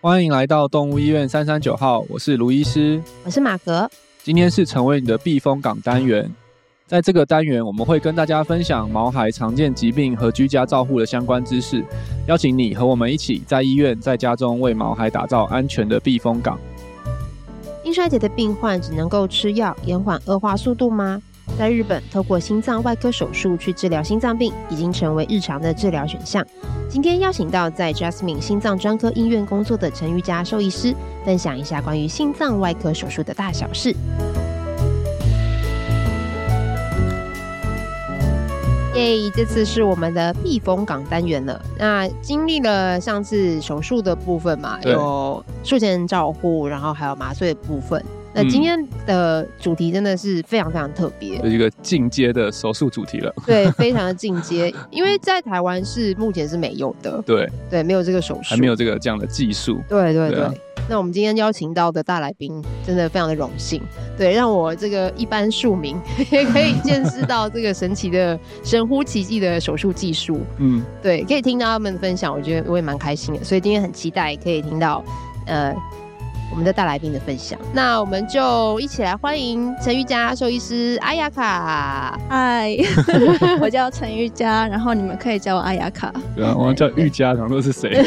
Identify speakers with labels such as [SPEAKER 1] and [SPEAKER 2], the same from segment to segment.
[SPEAKER 1] 欢迎来到动物医院三三九号，我是卢医师。
[SPEAKER 2] 我是马格。
[SPEAKER 1] 今天是成为你的避风港单元，在这个单元我们会跟大家分享毛孩常见疾病和居家照护的相关知识，邀请你和我们一起在医院、在家中为毛孩打造安全的避风港。
[SPEAKER 2] 心衰竭的病患只能够吃药延缓恶化速度吗？在日本，透过心脏外科手术去治疗心脏病已经成为日常的治疗选项。今天邀请到在 Jasmine 心脏专科医院工作的陈瑜佳兽医师，分享一下关于心脏外科手术的大小事。耶！这次是我们的避风港单元了。那经历了上次手术的部分嘛，
[SPEAKER 1] 对
[SPEAKER 2] 有术前照护，然后还有麻醉的部分。那今天的主题真的是非常非常特别，
[SPEAKER 1] 这是一个进阶的手术主题了，
[SPEAKER 2] 对，非常的进阶，因为在台湾是目前是没有的，
[SPEAKER 1] 对，
[SPEAKER 2] 对，没有这个手术，
[SPEAKER 1] 还没有，这个这样的技术。
[SPEAKER 2] 对对对。
[SPEAKER 1] 对啊
[SPEAKER 2] 那我们今天邀请到的大来宾真的非常的荣幸，对，让我这个一般庶民 也可以见识到这个神奇的、神乎其技的手术技术，
[SPEAKER 1] 嗯，
[SPEAKER 2] 对，可以听到他们的分享，我觉得我也蛮开心的，所以今天很期待可以听到，呃。我们的大来宾的分享，那我们就一起来欢迎陈瑜伽兽医师阿雅卡。
[SPEAKER 3] 嗨， 我叫陈瑜伽，然后你们可以叫我阿 雅卡，
[SPEAKER 1] 对啊，我叫瑜伽，想说是 谁？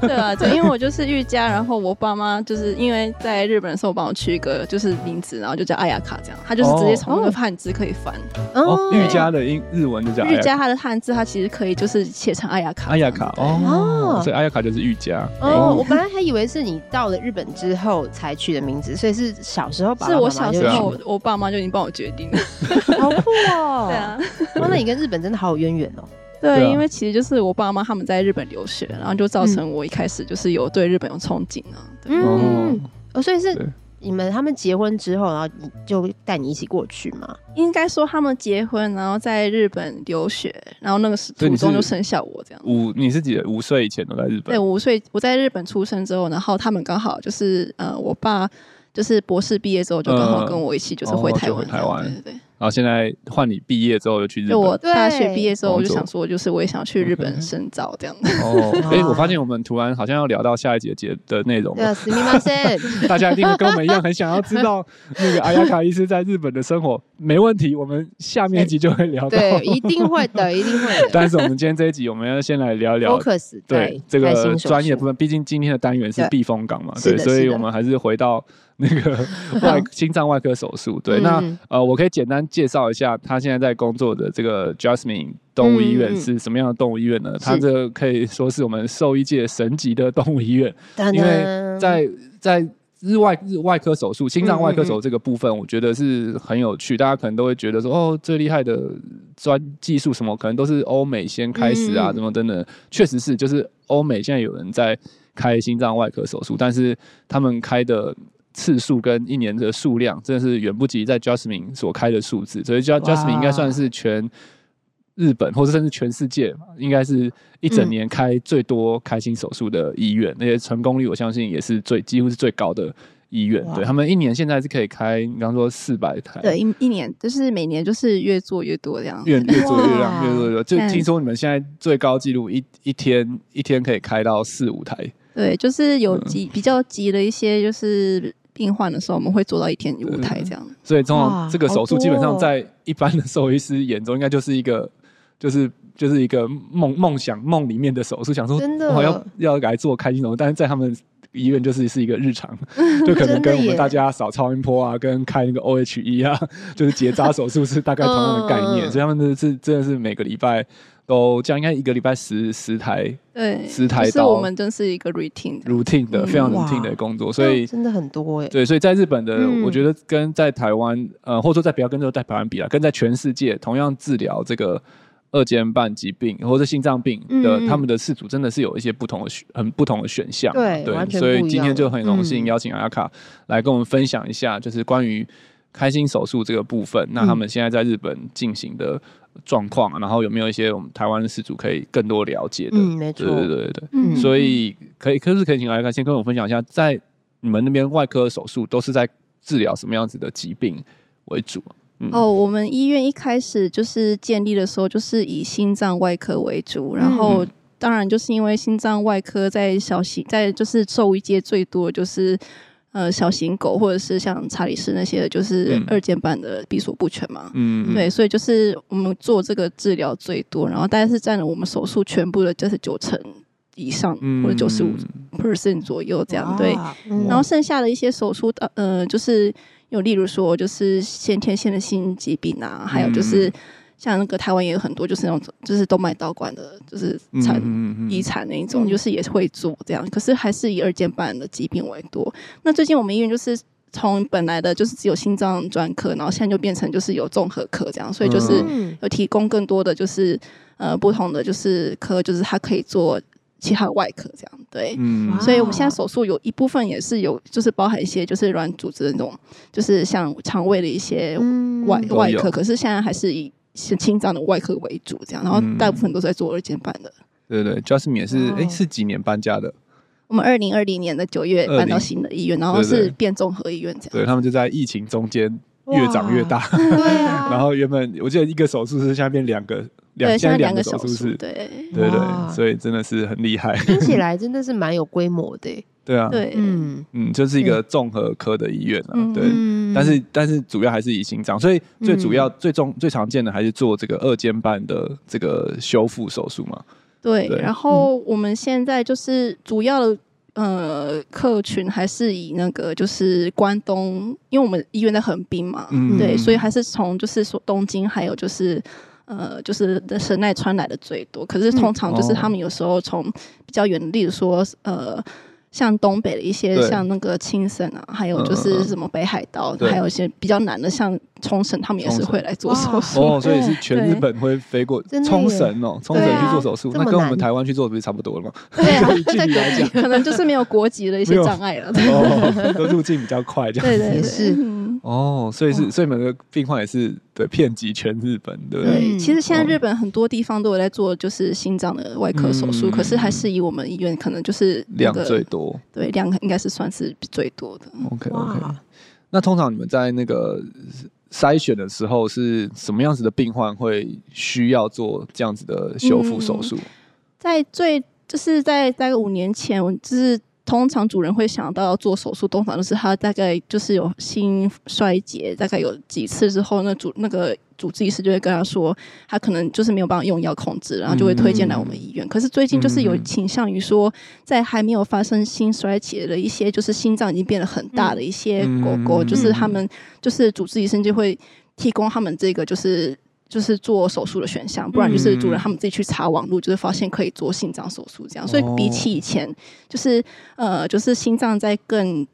[SPEAKER 3] 对啊，对，因为我就是瑜伽，然后我爸妈就是因为在日本的时候帮我取一个就是名字，然后就叫阿雅卡这样，他就是直接从那个汉字可以翻，
[SPEAKER 1] 哦，
[SPEAKER 2] 嗯
[SPEAKER 1] 瑜伽的英日文就叫
[SPEAKER 3] 瑜伽它的汉字它其实可以就是写成阿雅卡，
[SPEAKER 1] 阿雅卡哦
[SPEAKER 2] 哦，
[SPEAKER 1] 所以阿雅卡就是嗯瑜伽
[SPEAKER 2] 哦，我本来还以为是你到了日本之后才取的名字，所以是小时候爸爸
[SPEAKER 3] 是
[SPEAKER 2] 妈妈
[SPEAKER 3] 我小时候
[SPEAKER 2] 就
[SPEAKER 3] 我我爸妈就已经帮我决定了，
[SPEAKER 2] 取 的好酷哦！
[SPEAKER 3] 对，啊，
[SPEAKER 2] 哇，那你跟日本真的好有渊源哦。
[SPEAKER 1] 对啊
[SPEAKER 3] 对，因为其实就是我爸妈他们在日本留学，然后就
[SPEAKER 1] 嗯
[SPEAKER 3] 造成我一开始就是有对日本有憧憬啊，对
[SPEAKER 1] 哦
[SPEAKER 2] 嗯，，哦，所以
[SPEAKER 1] 对
[SPEAKER 2] 是你们他们结婚之后，然后你就带你一起过去嘛？
[SPEAKER 3] 应该说他们结婚，然后在日本留学，然后那个时
[SPEAKER 1] 所以
[SPEAKER 3] 途
[SPEAKER 1] 你是
[SPEAKER 3] 中就生下我这样。
[SPEAKER 1] 五你是几五岁以前都在日
[SPEAKER 3] 对，
[SPEAKER 1] 本？
[SPEAKER 3] 五岁我在日本出生之后，然后他们刚好就是呃，我爸就是博士毕业之后，就刚好
[SPEAKER 1] 嗯
[SPEAKER 3] 跟我一起就是
[SPEAKER 1] 哦
[SPEAKER 3] 回
[SPEAKER 1] 就
[SPEAKER 3] 台湾
[SPEAKER 1] 回
[SPEAKER 3] 这样、
[SPEAKER 1] 台湾
[SPEAKER 3] 对对对。
[SPEAKER 1] 然后现在换你毕业之后就去日
[SPEAKER 3] 就
[SPEAKER 1] 本。
[SPEAKER 3] 我
[SPEAKER 1] 哦，
[SPEAKER 3] 大学
[SPEAKER 2] 对
[SPEAKER 3] 毕业之后，我
[SPEAKER 1] 工
[SPEAKER 3] 就
[SPEAKER 1] 作
[SPEAKER 3] 想说，就是我也想去日
[SPEAKER 1] OK
[SPEAKER 3] 本深造这样。
[SPEAKER 1] 哎，我发现我们突然好像要聊到下一节节的内容
[SPEAKER 2] 对啊，
[SPEAKER 1] 了。
[SPEAKER 2] 死命马森，
[SPEAKER 1] 大家一定会跟我们一样，很想要知道那个阿雅卡医师在日本的生活。没问题，我们下面一集就会聊到。
[SPEAKER 2] 对，一定会的，一定会的。
[SPEAKER 1] 但是我们今天这一集，我们要先来聊一聊
[SPEAKER 2] focus 在
[SPEAKER 1] 对这
[SPEAKER 2] 在
[SPEAKER 1] 个
[SPEAKER 2] 新手
[SPEAKER 1] 专业
[SPEAKER 2] 术
[SPEAKER 1] 部分，毕竟今天的单元是
[SPEAKER 2] 对
[SPEAKER 1] 避风港嘛，
[SPEAKER 2] 是
[SPEAKER 1] 对，
[SPEAKER 2] 的
[SPEAKER 1] 所
[SPEAKER 2] 是
[SPEAKER 1] 以
[SPEAKER 2] 的
[SPEAKER 1] 我们还是回到那 个外心脏外科手术。对，
[SPEAKER 2] 嗯
[SPEAKER 1] 那
[SPEAKER 2] 嗯
[SPEAKER 1] 呃，我可以简单介绍一下他现在在工作的这个 Jasmine 动物医院
[SPEAKER 2] 嗯嗯
[SPEAKER 1] 是什么样的动物医院呢？它这个可以说是我们兽医界神级的动物医院，
[SPEAKER 2] 当
[SPEAKER 1] 因为
[SPEAKER 2] 当
[SPEAKER 1] 在在。日外日外科手术，心脏外科手
[SPEAKER 2] 嗯
[SPEAKER 1] 术这个部分，我觉得是很有趣。大家可能都会觉得说，哦，最厉害的专技术什么，可能都是欧美先开始啊，
[SPEAKER 2] 嗯嗯
[SPEAKER 1] 怎么等等。确实是，就是欧美现在有人在开心脏外科手术，但是他们开的次数跟一年的数量，真的是远不及在 Jasmine 所开的数字。所以 Jas-
[SPEAKER 2] 哇
[SPEAKER 1] Jasmine 应该算是全日本，或者甚至全世界，应该是一
[SPEAKER 2] 嗯
[SPEAKER 1] 整年开最多开心手术的医院，那些成功率我相信也是最几乎是最高的医院。
[SPEAKER 2] 哇
[SPEAKER 1] 对他们一年现在是可以开，你刚说四百台，
[SPEAKER 3] 对，一一年就是每年就是越做越多这样。
[SPEAKER 1] 越越做越亮，
[SPEAKER 2] 哇
[SPEAKER 1] 越做越亮。就
[SPEAKER 3] 嗯
[SPEAKER 1] 听说你们现在最高纪录一一天一天可以开到四五台，
[SPEAKER 3] 对，就是有
[SPEAKER 1] 嗯
[SPEAKER 3] 急比较急的一些就是病患的时候，我们会做到一天五台这样。
[SPEAKER 1] 所以通常
[SPEAKER 2] 哇
[SPEAKER 1] 这个手术
[SPEAKER 2] 好多哦
[SPEAKER 1] 基本上在一般的兽医师眼中，应该就是一个就是就是一个梦梦想梦里面的手术，想说
[SPEAKER 2] 真的
[SPEAKER 1] 我要要来做开心手术，但是在他们。医院就是是一个日常， 就可能
[SPEAKER 2] 真的
[SPEAKER 1] 跟我们
[SPEAKER 2] 耶
[SPEAKER 1] 大家扫超音波啊，跟开那个 OHE 啊， 就是结扎手术是大概同样的概念，
[SPEAKER 2] 嗯
[SPEAKER 1] 所以他们真的是真的是每个礼拜都这样，应该一个礼拜十十台
[SPEAKER 3] 对，
[SPEAKER 1] 十台
[SPEAKER 3] 就是
[SPEAKER 1] 刀
[SPEAKER 3] 我们真是一个 routine 这样。
[SPEAKER 1] routine 的、
[SPEAKER 3] 嗯
[SPEAKER 1] 非常
[SPEAKER 2] 哇
[SPEAKER 1] routine 的工作，所以
[SPEAKER 2] 真的很多哎，
[SPEAKER 1] 对，所以在日本的，
[SPEAKER 2] 嗯
[SPEAKER 1] 我觉得跟在台湾，呃，或者说在不要跟这个在台湾比啦，跟在全世界同样治疗这个二尖瓣疾病或者心脏病的，
[SPEAKER 2] 嗯嗯
[SPEAKER 1] 他们的事主真的是有一些不同的选很不同的选项啊。
[SPEAKER 2] 对完全
[SPEAKER 1] 所以
[SPEAKER 2] 不一
[SPEAKER 1] 今天
[SPEAKER 2] 样
[SPEAKER 1] 就很荣幸
[SPEAKER 2] 嗯
[SPEAKER 1] 邀请阿卡来跟我们分享一下，就是关于开心手术这个部分，那他
[SPEAKER 2] 嗯
[SPEAKER 1] 们现在在日本进行的状况啊，然后有没有一些我们台湾的事主可以更多了解的？
[SPEAKER 2] 嗯，没错
[SPEAKER 1] 对，对对对对。
[SPEAKER 2] 嗯
[SPEAKER 1] 所以可以，可是可以请来看，先跟我分享一下，在你们那边外科手术都是在治疗什么样子的疾病为主？嗯，
[SPEAKER 3] 哦，我
[SPEAKER 1] 嗯
[SPEAKER 3] 们医院一开始就是建立的时候，就是以心脏外科为主，然后当然就是因为心脏外科在小型在就是兽医界最多就是。呃，小型狗或者是像查理士那些的，就是
[SPEAKER 1] 嗯
[SPEAKER 3] 二尖瓣的闭锁不全嘛，
[SPEAKER 1] 嗯，
[SPEAKER 3] 对，所以就是我们做这个治疗最多，然后大概是占了我们手术全部的，就是九成以上、
[SPEAKER 1] 嗯，
[SPEAKER 3] 或者九十五 percent 左右这样。对，
[SPEAKER 2] 哇
[SPEAKER 1] 哇
[SPEAKER 2] 嗯
[SPEAKER 3] 然后剩下的一些手术的，呃，就是有例如说就是先天性的心疾病啊，还有就是
[SPEAKER 1] 嗯
[SPEAKER 3] 像那个台湾也有很多就是那种就是动脉导管的，就是
[SPEAKER 1] 嗯
[SPEAKER 3] 产
[SPEAKER 1] 嗯嗯嗯
[SPEAKER 3] 遗产那一种，
[SPEAKER 2] 嗯
[SPEAKER 3] 就是也是会做这样，可是还是以二尖瓣的疾病为多。那最近我们医院就是从本来的就是只有心脏专科，然后现在就变成就是有综合科这样，所以就是
[SPEAKER 2] 嗯
[SPEAKER 3] 有提供更多的就是呃不同的就是科，就是它可以做其他的外科这样对。
[SPEAKER 1] 嗯，
[SPEAKER 3] 所以，我
[SPEAKER 2] 啊
[SPEAKER 3] 们现在手术有一部分也是有，就是包含一些就是软组织的那种，就是像肠胃的一些
[SPEAKER 2] 嗯
[SPEAKER 3] 外、
[SPEAKER 1] 都
[SPEAKER 3] 外
[SPEAKER 1] 有
[SPEAKER 3] 科，可是现在还是以是心脏的外科为主，这样，然后
[SPEAKER 1] 嗯
[SPEAKER 3] 大部分都是在做二尖瓣的。
[SPEAKER 1] 对对，Justin 也
[SPEAKER 3] 哦
[SPEAKER 1] 是，
[SPEAKER 2] 哇
[SPEAKER 1] 哎，是几年搬家的？
[SPEAKER 3] 我们二零二零年的九月搬到
[SPEAKER 1] 20
[SPEAKER 3] 新的医院，然后
[SPEAKER 1] 对
[SPEAKER 3] 是
[SPEAKER 1] 对
[SPEAKER 3] 变综合医院这
[SPEAKER 1] 对
[SPEAKER 3] 样。
[SPEAKER 1] 他们就在疫情中间越长越 大，
[SPEAKER 2] 对啊，
[SPEAKER 1] 然后原本我记得一个手术室现在变两个，两
[SPEAKER 3] 对，现在
[SPEAKER 1] 两
[SPEAKER 3] 两
[SPEAKER 1] 个
[SPEAKER 3] 个手
[SPEAKER 1] 术
[SPEAKER 3] 术
[SPEAKER 1] 室，，
[SPEAKER 3] 对
[SPEAKER 1] 对
[SPEAKER 2] 哇
[SPEAKER 1] 对，所以真的是很厉害，
[SPEAKER 2] 听起来真的是蛮有规模的欸，
[SPEAKER 1] 对啊，
[SPEAKER 3] 对，
[SPEAKER 2] 嗯
[SPEAKER 1] 嗯，就是一个综合科的医院啊，
[SPEAKER 3] 嗯
[SPEAKER 1] 对。
[SPEAKER 2] 嗯
[SPEAKER 1] 但是但是主要还是以心脏，所以最主要、
[SPEAKER 2] 嗯
[SPEAKER 1] 最重最常见的还是做这个二尖瓣的这个修复手术嘛。
[SPEAKER 3] 对
[SPEAKER 1] 对嗯
[SPEAKER 3] 然后我们现在就是主要的呃客群还是以那个就是关东，因为我们医院在横滨嘛，
[SPEAKER 1] 嗯
[SPEAKER 3] 对，所以还是从就是说东京还有就是。呃，就是神奈川来的最多，可是通常就是
[SPEAKER 1] 哦
[SPEAKER 3] 他们有时候从比较远的，例如说呃，像东北的一些
[SPEAKER 1] 对
[SPEAKER 3] 像那个青森啊，还有
[SPEAKER 1] 嗯
[SPEAKER 3] 就
[SPEAKER 1] 嗯
[SPEAKER 3] 是
[SPEAKER 1] 嗯
[SPEAKER 3] 什么北海道，
[SPEAKER 1] 对
[SPEAKER 3] 还有一些比较难的像冲绳，他们也
[SPEAKER 1] 冲
[SPEAKER 3] 是
[SPEAKER 1] 绳
[SPEAKER 3] 会来做手
[SPEAKER 2] 哇
[SPEAKER 3] 术。
[SPEAKER 1] 哦，所以是全
[SPEAKER 3] 对
[SPEAKER 1] 日本会飞过
[SPEAKER 2] 真的耶
[SPEAKER 1] 冲绳哦，冲绳
[SPEAKER 3] 对啊
[SPEAKER 1] 去做手术，
[SPEAKER 2] 这
[SPEAKER 1] 那
[SPEAKER 2] 么
[SPEAKER 1] 跟我们
[SPEAKER 2] 难
[SPEAKER 1] 台湾去做不是差不多了吗？
[SPEAKER 3] 对啊，
[SPEAKER 1] 距离来讲，
[SPEAKER 3] 可能就是没有国籍的一
[SPEAKER 1] 没
[SPEAKER 3] 些
[SPEAKER 1] 有
[SPEAKER 3] 障碍了。
[SPEAKER 1] 哦，都入境比较快这样。
[SPEAKER 3] 对对
[SPEAKER 2] 也
[SPEAKER 3] 对，
[SPEAKER 2] 是
[SPEAKER 3] 嗯
[SPEAKER 1] 哦，所以是所以每个病患也是对遍及全日本，对不对？
[SPEAKER 3] 对，嗯其实现在
[SPEAKER 1] 哦
[SPEAKER 3] 日本很多地方都有在做，就是心脏的外科手术，
[SPEAKER 1] 嗯
[SPEAKER 3] 可是还是以我们医院可能就是那
[SPEAKER 1] 量
[SPEAKER 3] 个
[SPEAKER 1] 最多。
[SPEAKER 3] 对量应该是算是最多的。
[SPEAKER 1] OK OK
[SPEAKER 2] 哇。
[SPEAKER 1] 那通常你们在那个筛选的时候，是什么样子的病患会需要做这样子的修
[SPEAKER 3] 嗯
[SPEAKER 1] 复手术？
[SPEAKER 3] 在最就是在大概五年前，我就是通常主人会想到做手术，通常就是他大概就是有心衰竭，大概有几次之后，那主那个主治医师就会跟他说，他可能就是没有办法用药控制，然后就会推荐来我们医院。可是最近就是有
[SPEAKER 1] 嗯
[SPEAKER 3] 倾向于说，在还没有发生心衰竭的一些，就是心脏已经变得很大的一些狗狗，
[SPEAKER 1] 嗯
[SPEAKER 3] 就是他们就是主治医生就会提供他们这个就是。就是做手术的选项，不然就是主人
[SPEAKER 1] 嗯
[SPEAKER 3] 他们自己去查网络，就是发现可以做心脏手术这样。所以比起以前，就是呃，就是心脏在更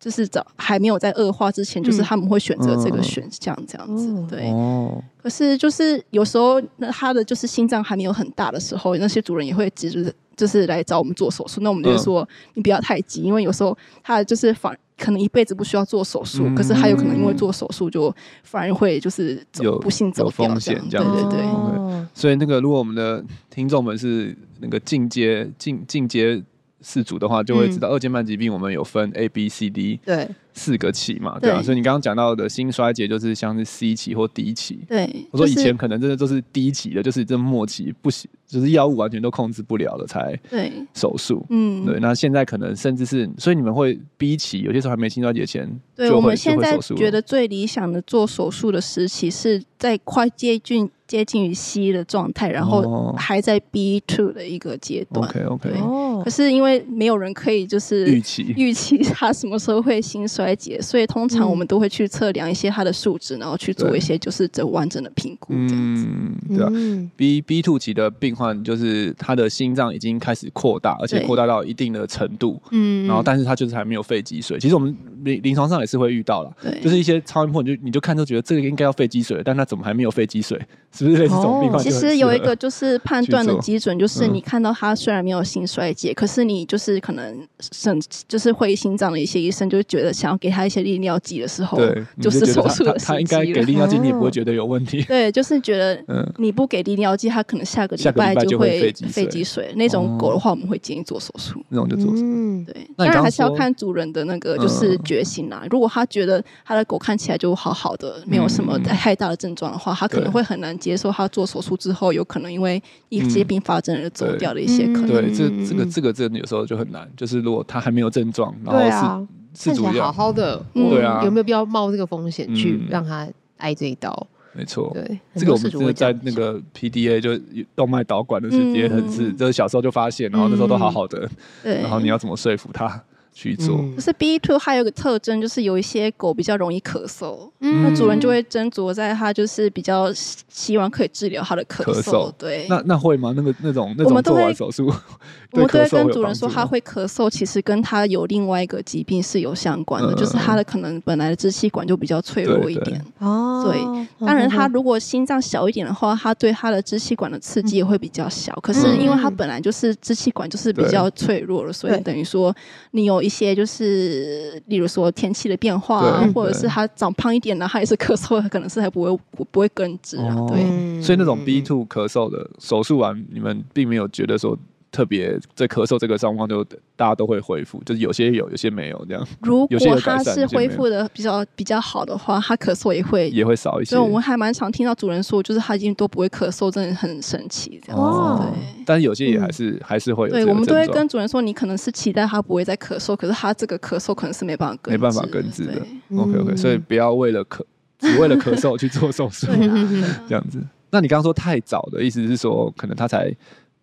[SPEAKER 3] 就是早还没有在恶化之前，就
[SPEAKER 2] 嗯
[SPEAKER 3] 是他们会选择这个
[SPEAKER 1] 嗯
[SPEAKER 3] 选项这样子。
[SPEAKER 2] 哦
[SPEAKER 3] 对，
[SPEAKER 1] 哦，
[SPEAKER 3] 可是就是有时候那他的就是心脏还没有很大的时候，那些主人也会急着就是来找我们做手术。那我们就
[SPEAKER 1] 嗯
[SPEAKER 3] 说、你不要太急，因为有时候他就是反可能一辈子不需要做手术，可是他有可能因为
[SPEAKER 1] 嗯
[SPEAKER 3] 做手术就反而会就是
[SPEAKER 1] 有
[SPEAKER 3] 走不幸走
[SPEAKER 1] 有
[SPEAKER 3] 掉
[SPEAKER 1] 风
[SPEAKER 3] 这样
[SPEAKER 1] 险这
[SPEAKER 3] 对
[SPEAKER 1] 样
[SPEAKER 3] 对
[SPEAKER 1] 子
[SPEAKER 3] 对。
[SPEAKER 2] 哦
[SPEAKER 1] 所以那个如果我们的听众们是那个进阶进进阶四组的话，就
[SPEAKER 3] 嗯
[SPEAKER 1] 会知道二尖瓣疾病我们有分 A、B、C、D
[SPEAKER 2] 对，
[SPEAKER 1] 四个期嘛，对吧、啊
[SPEAKER 3] 对
[SPEAKER 1] 所以你刚刚讲到的心衰竭就是像是 C 期或 D 期。
[SPEAKER 3] 对，
[SPEAKER 1] 我说以
[SPEAKER 3] 就是
[SPEAKER 1] 前可能真的都是低期的，就是这末期不行，就是药物完全都控制不了了才
[SPEAKER 3] 对，
[SPEAKER 1] 手术。
[SPEAKER 3] 嗯，
[SPEAKER 1] 对，那现在可能甚至是，所以你们会逼起，有些时候还没心衰竭前
[SPEAKER 3] 对，
[SPEAKER 1] 就
[SPEAKER 3] 我
[SPEAKER 1] 会
[SPEAKER 3] 们现
[SPEAKER 1] 就会
[SPEAKER 3] 在
[SPEAKER 1] 手术了
[SPEAKER 3] 觉得最理想的做手术的时期是在快接近接近于 C 的状态，然后
[SPEAKER 1] 哦
[SPEAKER 3] 还在 B two 的一个阶段。
[SPEAKER 1] OK OK
[SPEAKER 3] 对
[SPEAKER 2] 哦
[SPEAKER 3] 可，是因为没有人可以就是
[SPEAKER 1] 预期
[SPEAKER 3] 预期他什么时候会心衰竭，所以通常
[SPEAKER 2] 嗯
[SPEAKER 3] 我们都会去测量一些他的数值，然后去做
[SPEAKER 1] 对
[SPEAKER 3] 一些就是整完整的评估这样子。
[SPEAKER 1] 嗯，对啊。
[SPEAKER 2] 嗯
[SPEAKER 1] B B two 期的病患就是他的心脏已经开始扩大，而且
[SPEAKER 3] 对
[SPEAKER 1] 扩大到一定的程度，
[SPEAKER 2] 嗯
[SPEAKER 1] 然后但是他就是还没有肺积水。其实我们临临床上也是会遇到啦，
[SPEAKER 3] 嗯对，
[SPEAKER 1] 就是一些超音波你就你就看就觉得这个应该要肺积水了，但他怎么还没有肺积水？是不是类似这种病患
[SPEAKER 2] 哦
[SPEAKER 1] 就
[SPEAKER 3] 其
[SPEAKER 1] 很适合？
[SPEAKER 3] 实有一个就是判断的
[SPEAKER 1] 去做
[SPEAKER 3] 基准，就是
[SPEAKER 1] 嗯
[SPEAKER 3] 你看到他虽然没有心衰竭，可是你就是可能肾就是会心脏的一些医生就觉得想要给他一些利尿剂的时候
[SPEAKER 1] 对，，你
[SPEAKER 3] 就
[SPEAKER 1] 觉
[SPEAKER 3] 是
[SPEAKER 1] 得
[SPEAKER 3] 手
[SPEAKER 1] 他
[SPEAKER 3] 术的
[SPEAKER 1] 他
[SPEAKER 3] 时
[SPEAKER 1] 他应该
[SPEAKER 3] 机
[SPEAKER 1] 给
[SPEAKER 3] 了。
[SPEAKER 1] 力尿剂，你也不
[SPEAKER 2] 哦
[SPEAKER 1] 会觉得有问题。
[SPEAKER 3] 对，就是觉得
[SPEAKER 1] 嗯，
[SPEAKER 3] 你不给利尿剂，他可能下个
[SPEAKER 1] 下
[SPEAKER 3] 礼
[SPEAKER 1] 个礼
[SPEAKER 3] 拜
[SPEAKER 1] 拜就
[SPEAKER 3] 就
[SPEAKER 1] 会肺
[SPEAKER 3] 会
[SPEAKER 1] 积水哦
[SPEAKER 3] 肺积水。那种狗的话，我们会建议做手术。
[SPEAKER 1] 那种就做
[SPEAKER 2] 嗯
[SPEAKER 3] 对，
[SPEAKER 1] 那
[SPEAKER 3] 当
[SPEAKER 1] 你刚
[SPEAKER 3] 然
[SPEAKER 1] 刚
[SPEAKER 3] 还是要
[SPEAKER 1] 说
[SPEAKER 3] 看主人的那个，就是
[SPEAKER 1] 嗯
[SPEAKER 3] 决决心啦。如果他觉得他的狗看起来就好好的，没有什么
[SPEAKER 1] 嗯
[SPEAKER 3] 太大的症状的话，他可能
[SPEAKER 1] 对
[SPEAKER 3] 会很难接受他做手术之后，有可能因为一些并发症而走
[SPEAKER 1] 嗯对
[SPEAKER 3] 掉的一些可能。
[SPEAKER 1] 对，这
[SPEAKER 4] 嗯
[SPEAKER 1] 这个
[SPEAKER 4] 嗯
[SPEAKER 1] 这个真的有时候就很难，就是如果他还没有症状，然
[SPEAKER 4] 对啊，
[SPEAKER 1] 后是
[SPEAKER 4] 看
[SPEAKER 1] 是
[SPEAKER 4] 起
[SPEAKER 1] 主
[SPEAKER 4] 来好
[SPEAKER 1] 要，
[SPEAKER 4] 好的，
[SPEAKER 3] 嗯
[SPEAKER 4] 我
[SPEAKER 1] 对啊
[SPEAKER 4] 有没有必要冒这个风险去
[SPEAKER 1] 嗯
[SPEAKER 4] 让他挨这一刀？
[SPEAKER 1] 没错，
[SPEAKER 4] 对，
[SPEAKER 1] 这个我们
[SPEAKER 4] 很多事
[SPEAKER 1] 真
[SPEAKER 4] 主
[SPEAKER 1] 的
[SPEAKER 4] 会这
[SPEAKER 1] 在
[SPEAKER 4] 样
[SPEAKER 1] 那个 PDA 就动脉导管的时间很是，
[SPEAKER 3] 嗯
[SPEAKER 1] 就是小时候就发现，然后那时候都好好的，
[SPEAKER 3] 对，嗯
[SPEAKER 1] 然后你要怎么说服他去
[SPEAKER 4] 想
[SPEAKER 1] 做？
[SPEAKER 3] 可是 B two 还有一个特征，就是有一些狗比较容易咳嗽，
[SPEAKER 4] 嗯
[SPEAKER 3] 那主人就会斟酌在它就是比较希望可以治疗它的咳
[SPEAKER 1] 咳嗽
[SPEAKER 3] 对，
[SPEAKER 1] 那那会吗？那个那种那
[SPEAKER 3] 我
[SPEAKER 1] 种
[SPEAKER 3] 们都
[SPEAKER 1] 做
[SPEAKER 3] 会
[SPEAKER 1] 完手术，
[SPEAKER 3] 我们都
[SPEAKER 1] 咳
[SPEAKER 3] 会
[SPEAKER 1] 嗽
[SPEAKER 3] 跟
[SPEAKER 1] 有
[SPEAKER 3] 主
[SPEAKER 1] 帮
[SPEAKER 3] 人说
[SPEAKER 1] 助
[SPEAKER 3] 他
[SPEAKER 1] 吗
[SPEAKER 3] 会咳嗽，其实跟他有另外一个疾病是有相关的，
[SPEAKER 1] 嗯
[SPEAKER 3] 就是他的可能本来的支气管就比较脆弱一点。
[SPEAKER 4] 哦，
[SPEAKER 3] 对当
[SPEAKER 2] 嗯
[SPEAKER 3] 然，他如果心脏小一点的话，他对他的支气管的刺激也会比较小。可是因为他本来就是支气管就是比较脆弱的，所以
[SPEAKER 4] 对
[SPEAKER 3] 等于说你有一些就是，例如说天气的变化啊
[SPEAKER 1] 对，
[SPEAKER 3] 或者是
[SPEAKER 1] 对
[SPEAKER 3] 他长胖一点呢，他也是咳嗽，可能是还不会不会根治啊。
[SPEAKER 1] 哦
[SPEAKER 3] 对，
[SPEAKER 4] 嗯
[SPEAKER 1] 所以那种 B
[SPEAKER 4] 嗯
[SPEAKER 1] two 咳嗽的手术完，你们并没有觉得说特别这咳嗽这个状况就大家都会恢复，就是有些有，有些没有，这样
[SPEAKER 3] 如
[SPEAKER 1] 有些有
[SPEAKER 3] 果
[SPEAKER 1] 改
[SPEAKER 3] 他
[SPEAKER 1] 善
[SPEAKER 3] 是
[SPEAKER 1] 有些没
[SPEAKER 3] 恢
[SPEAKER 1] 有
[SPEAKER 3] 复的比较比较好的话，他咳嗽也会
[SPEAKER 1] 也会少一些。
[SPEAKER 3] 所以我们还蛮常听到主人说，就是他已经都不会咳嗽，真的很神奇这样子。
[SPEAKER 1] 哦
[SPEAKER 3] 对，
[SPEAKER 1] 但是有些也还是、还是会有这
[SPEAKER 3] 嗯对，
[SPEAKER 1] 个
[SPEAKER 3] 我
[SPEAKER 1] 症
[SPEAKER 3] 们
[SPEAKER 1] 状。
[SPEAKER 3] 都会跟主人说，你可能是期待他不会再咳嗽，可是他这个咳嗽可能是没办法根治的
[SPEAKER 1] 没办法根治的
[SPEAKER 3] 对
[SPEAKER 1] OK
[SPEAKER 3] 嗯
[SPEAKER 4] 嗯
[SPEAKER 1] OK，所以不要为了 咳，只为了咳嗽去做手术
[SPEAKER 4] 啊
[SPEAKER 3] 对啦对啦
[SPEAKER 1] 这样子。那你刚刚说太早的意思是说，可能他才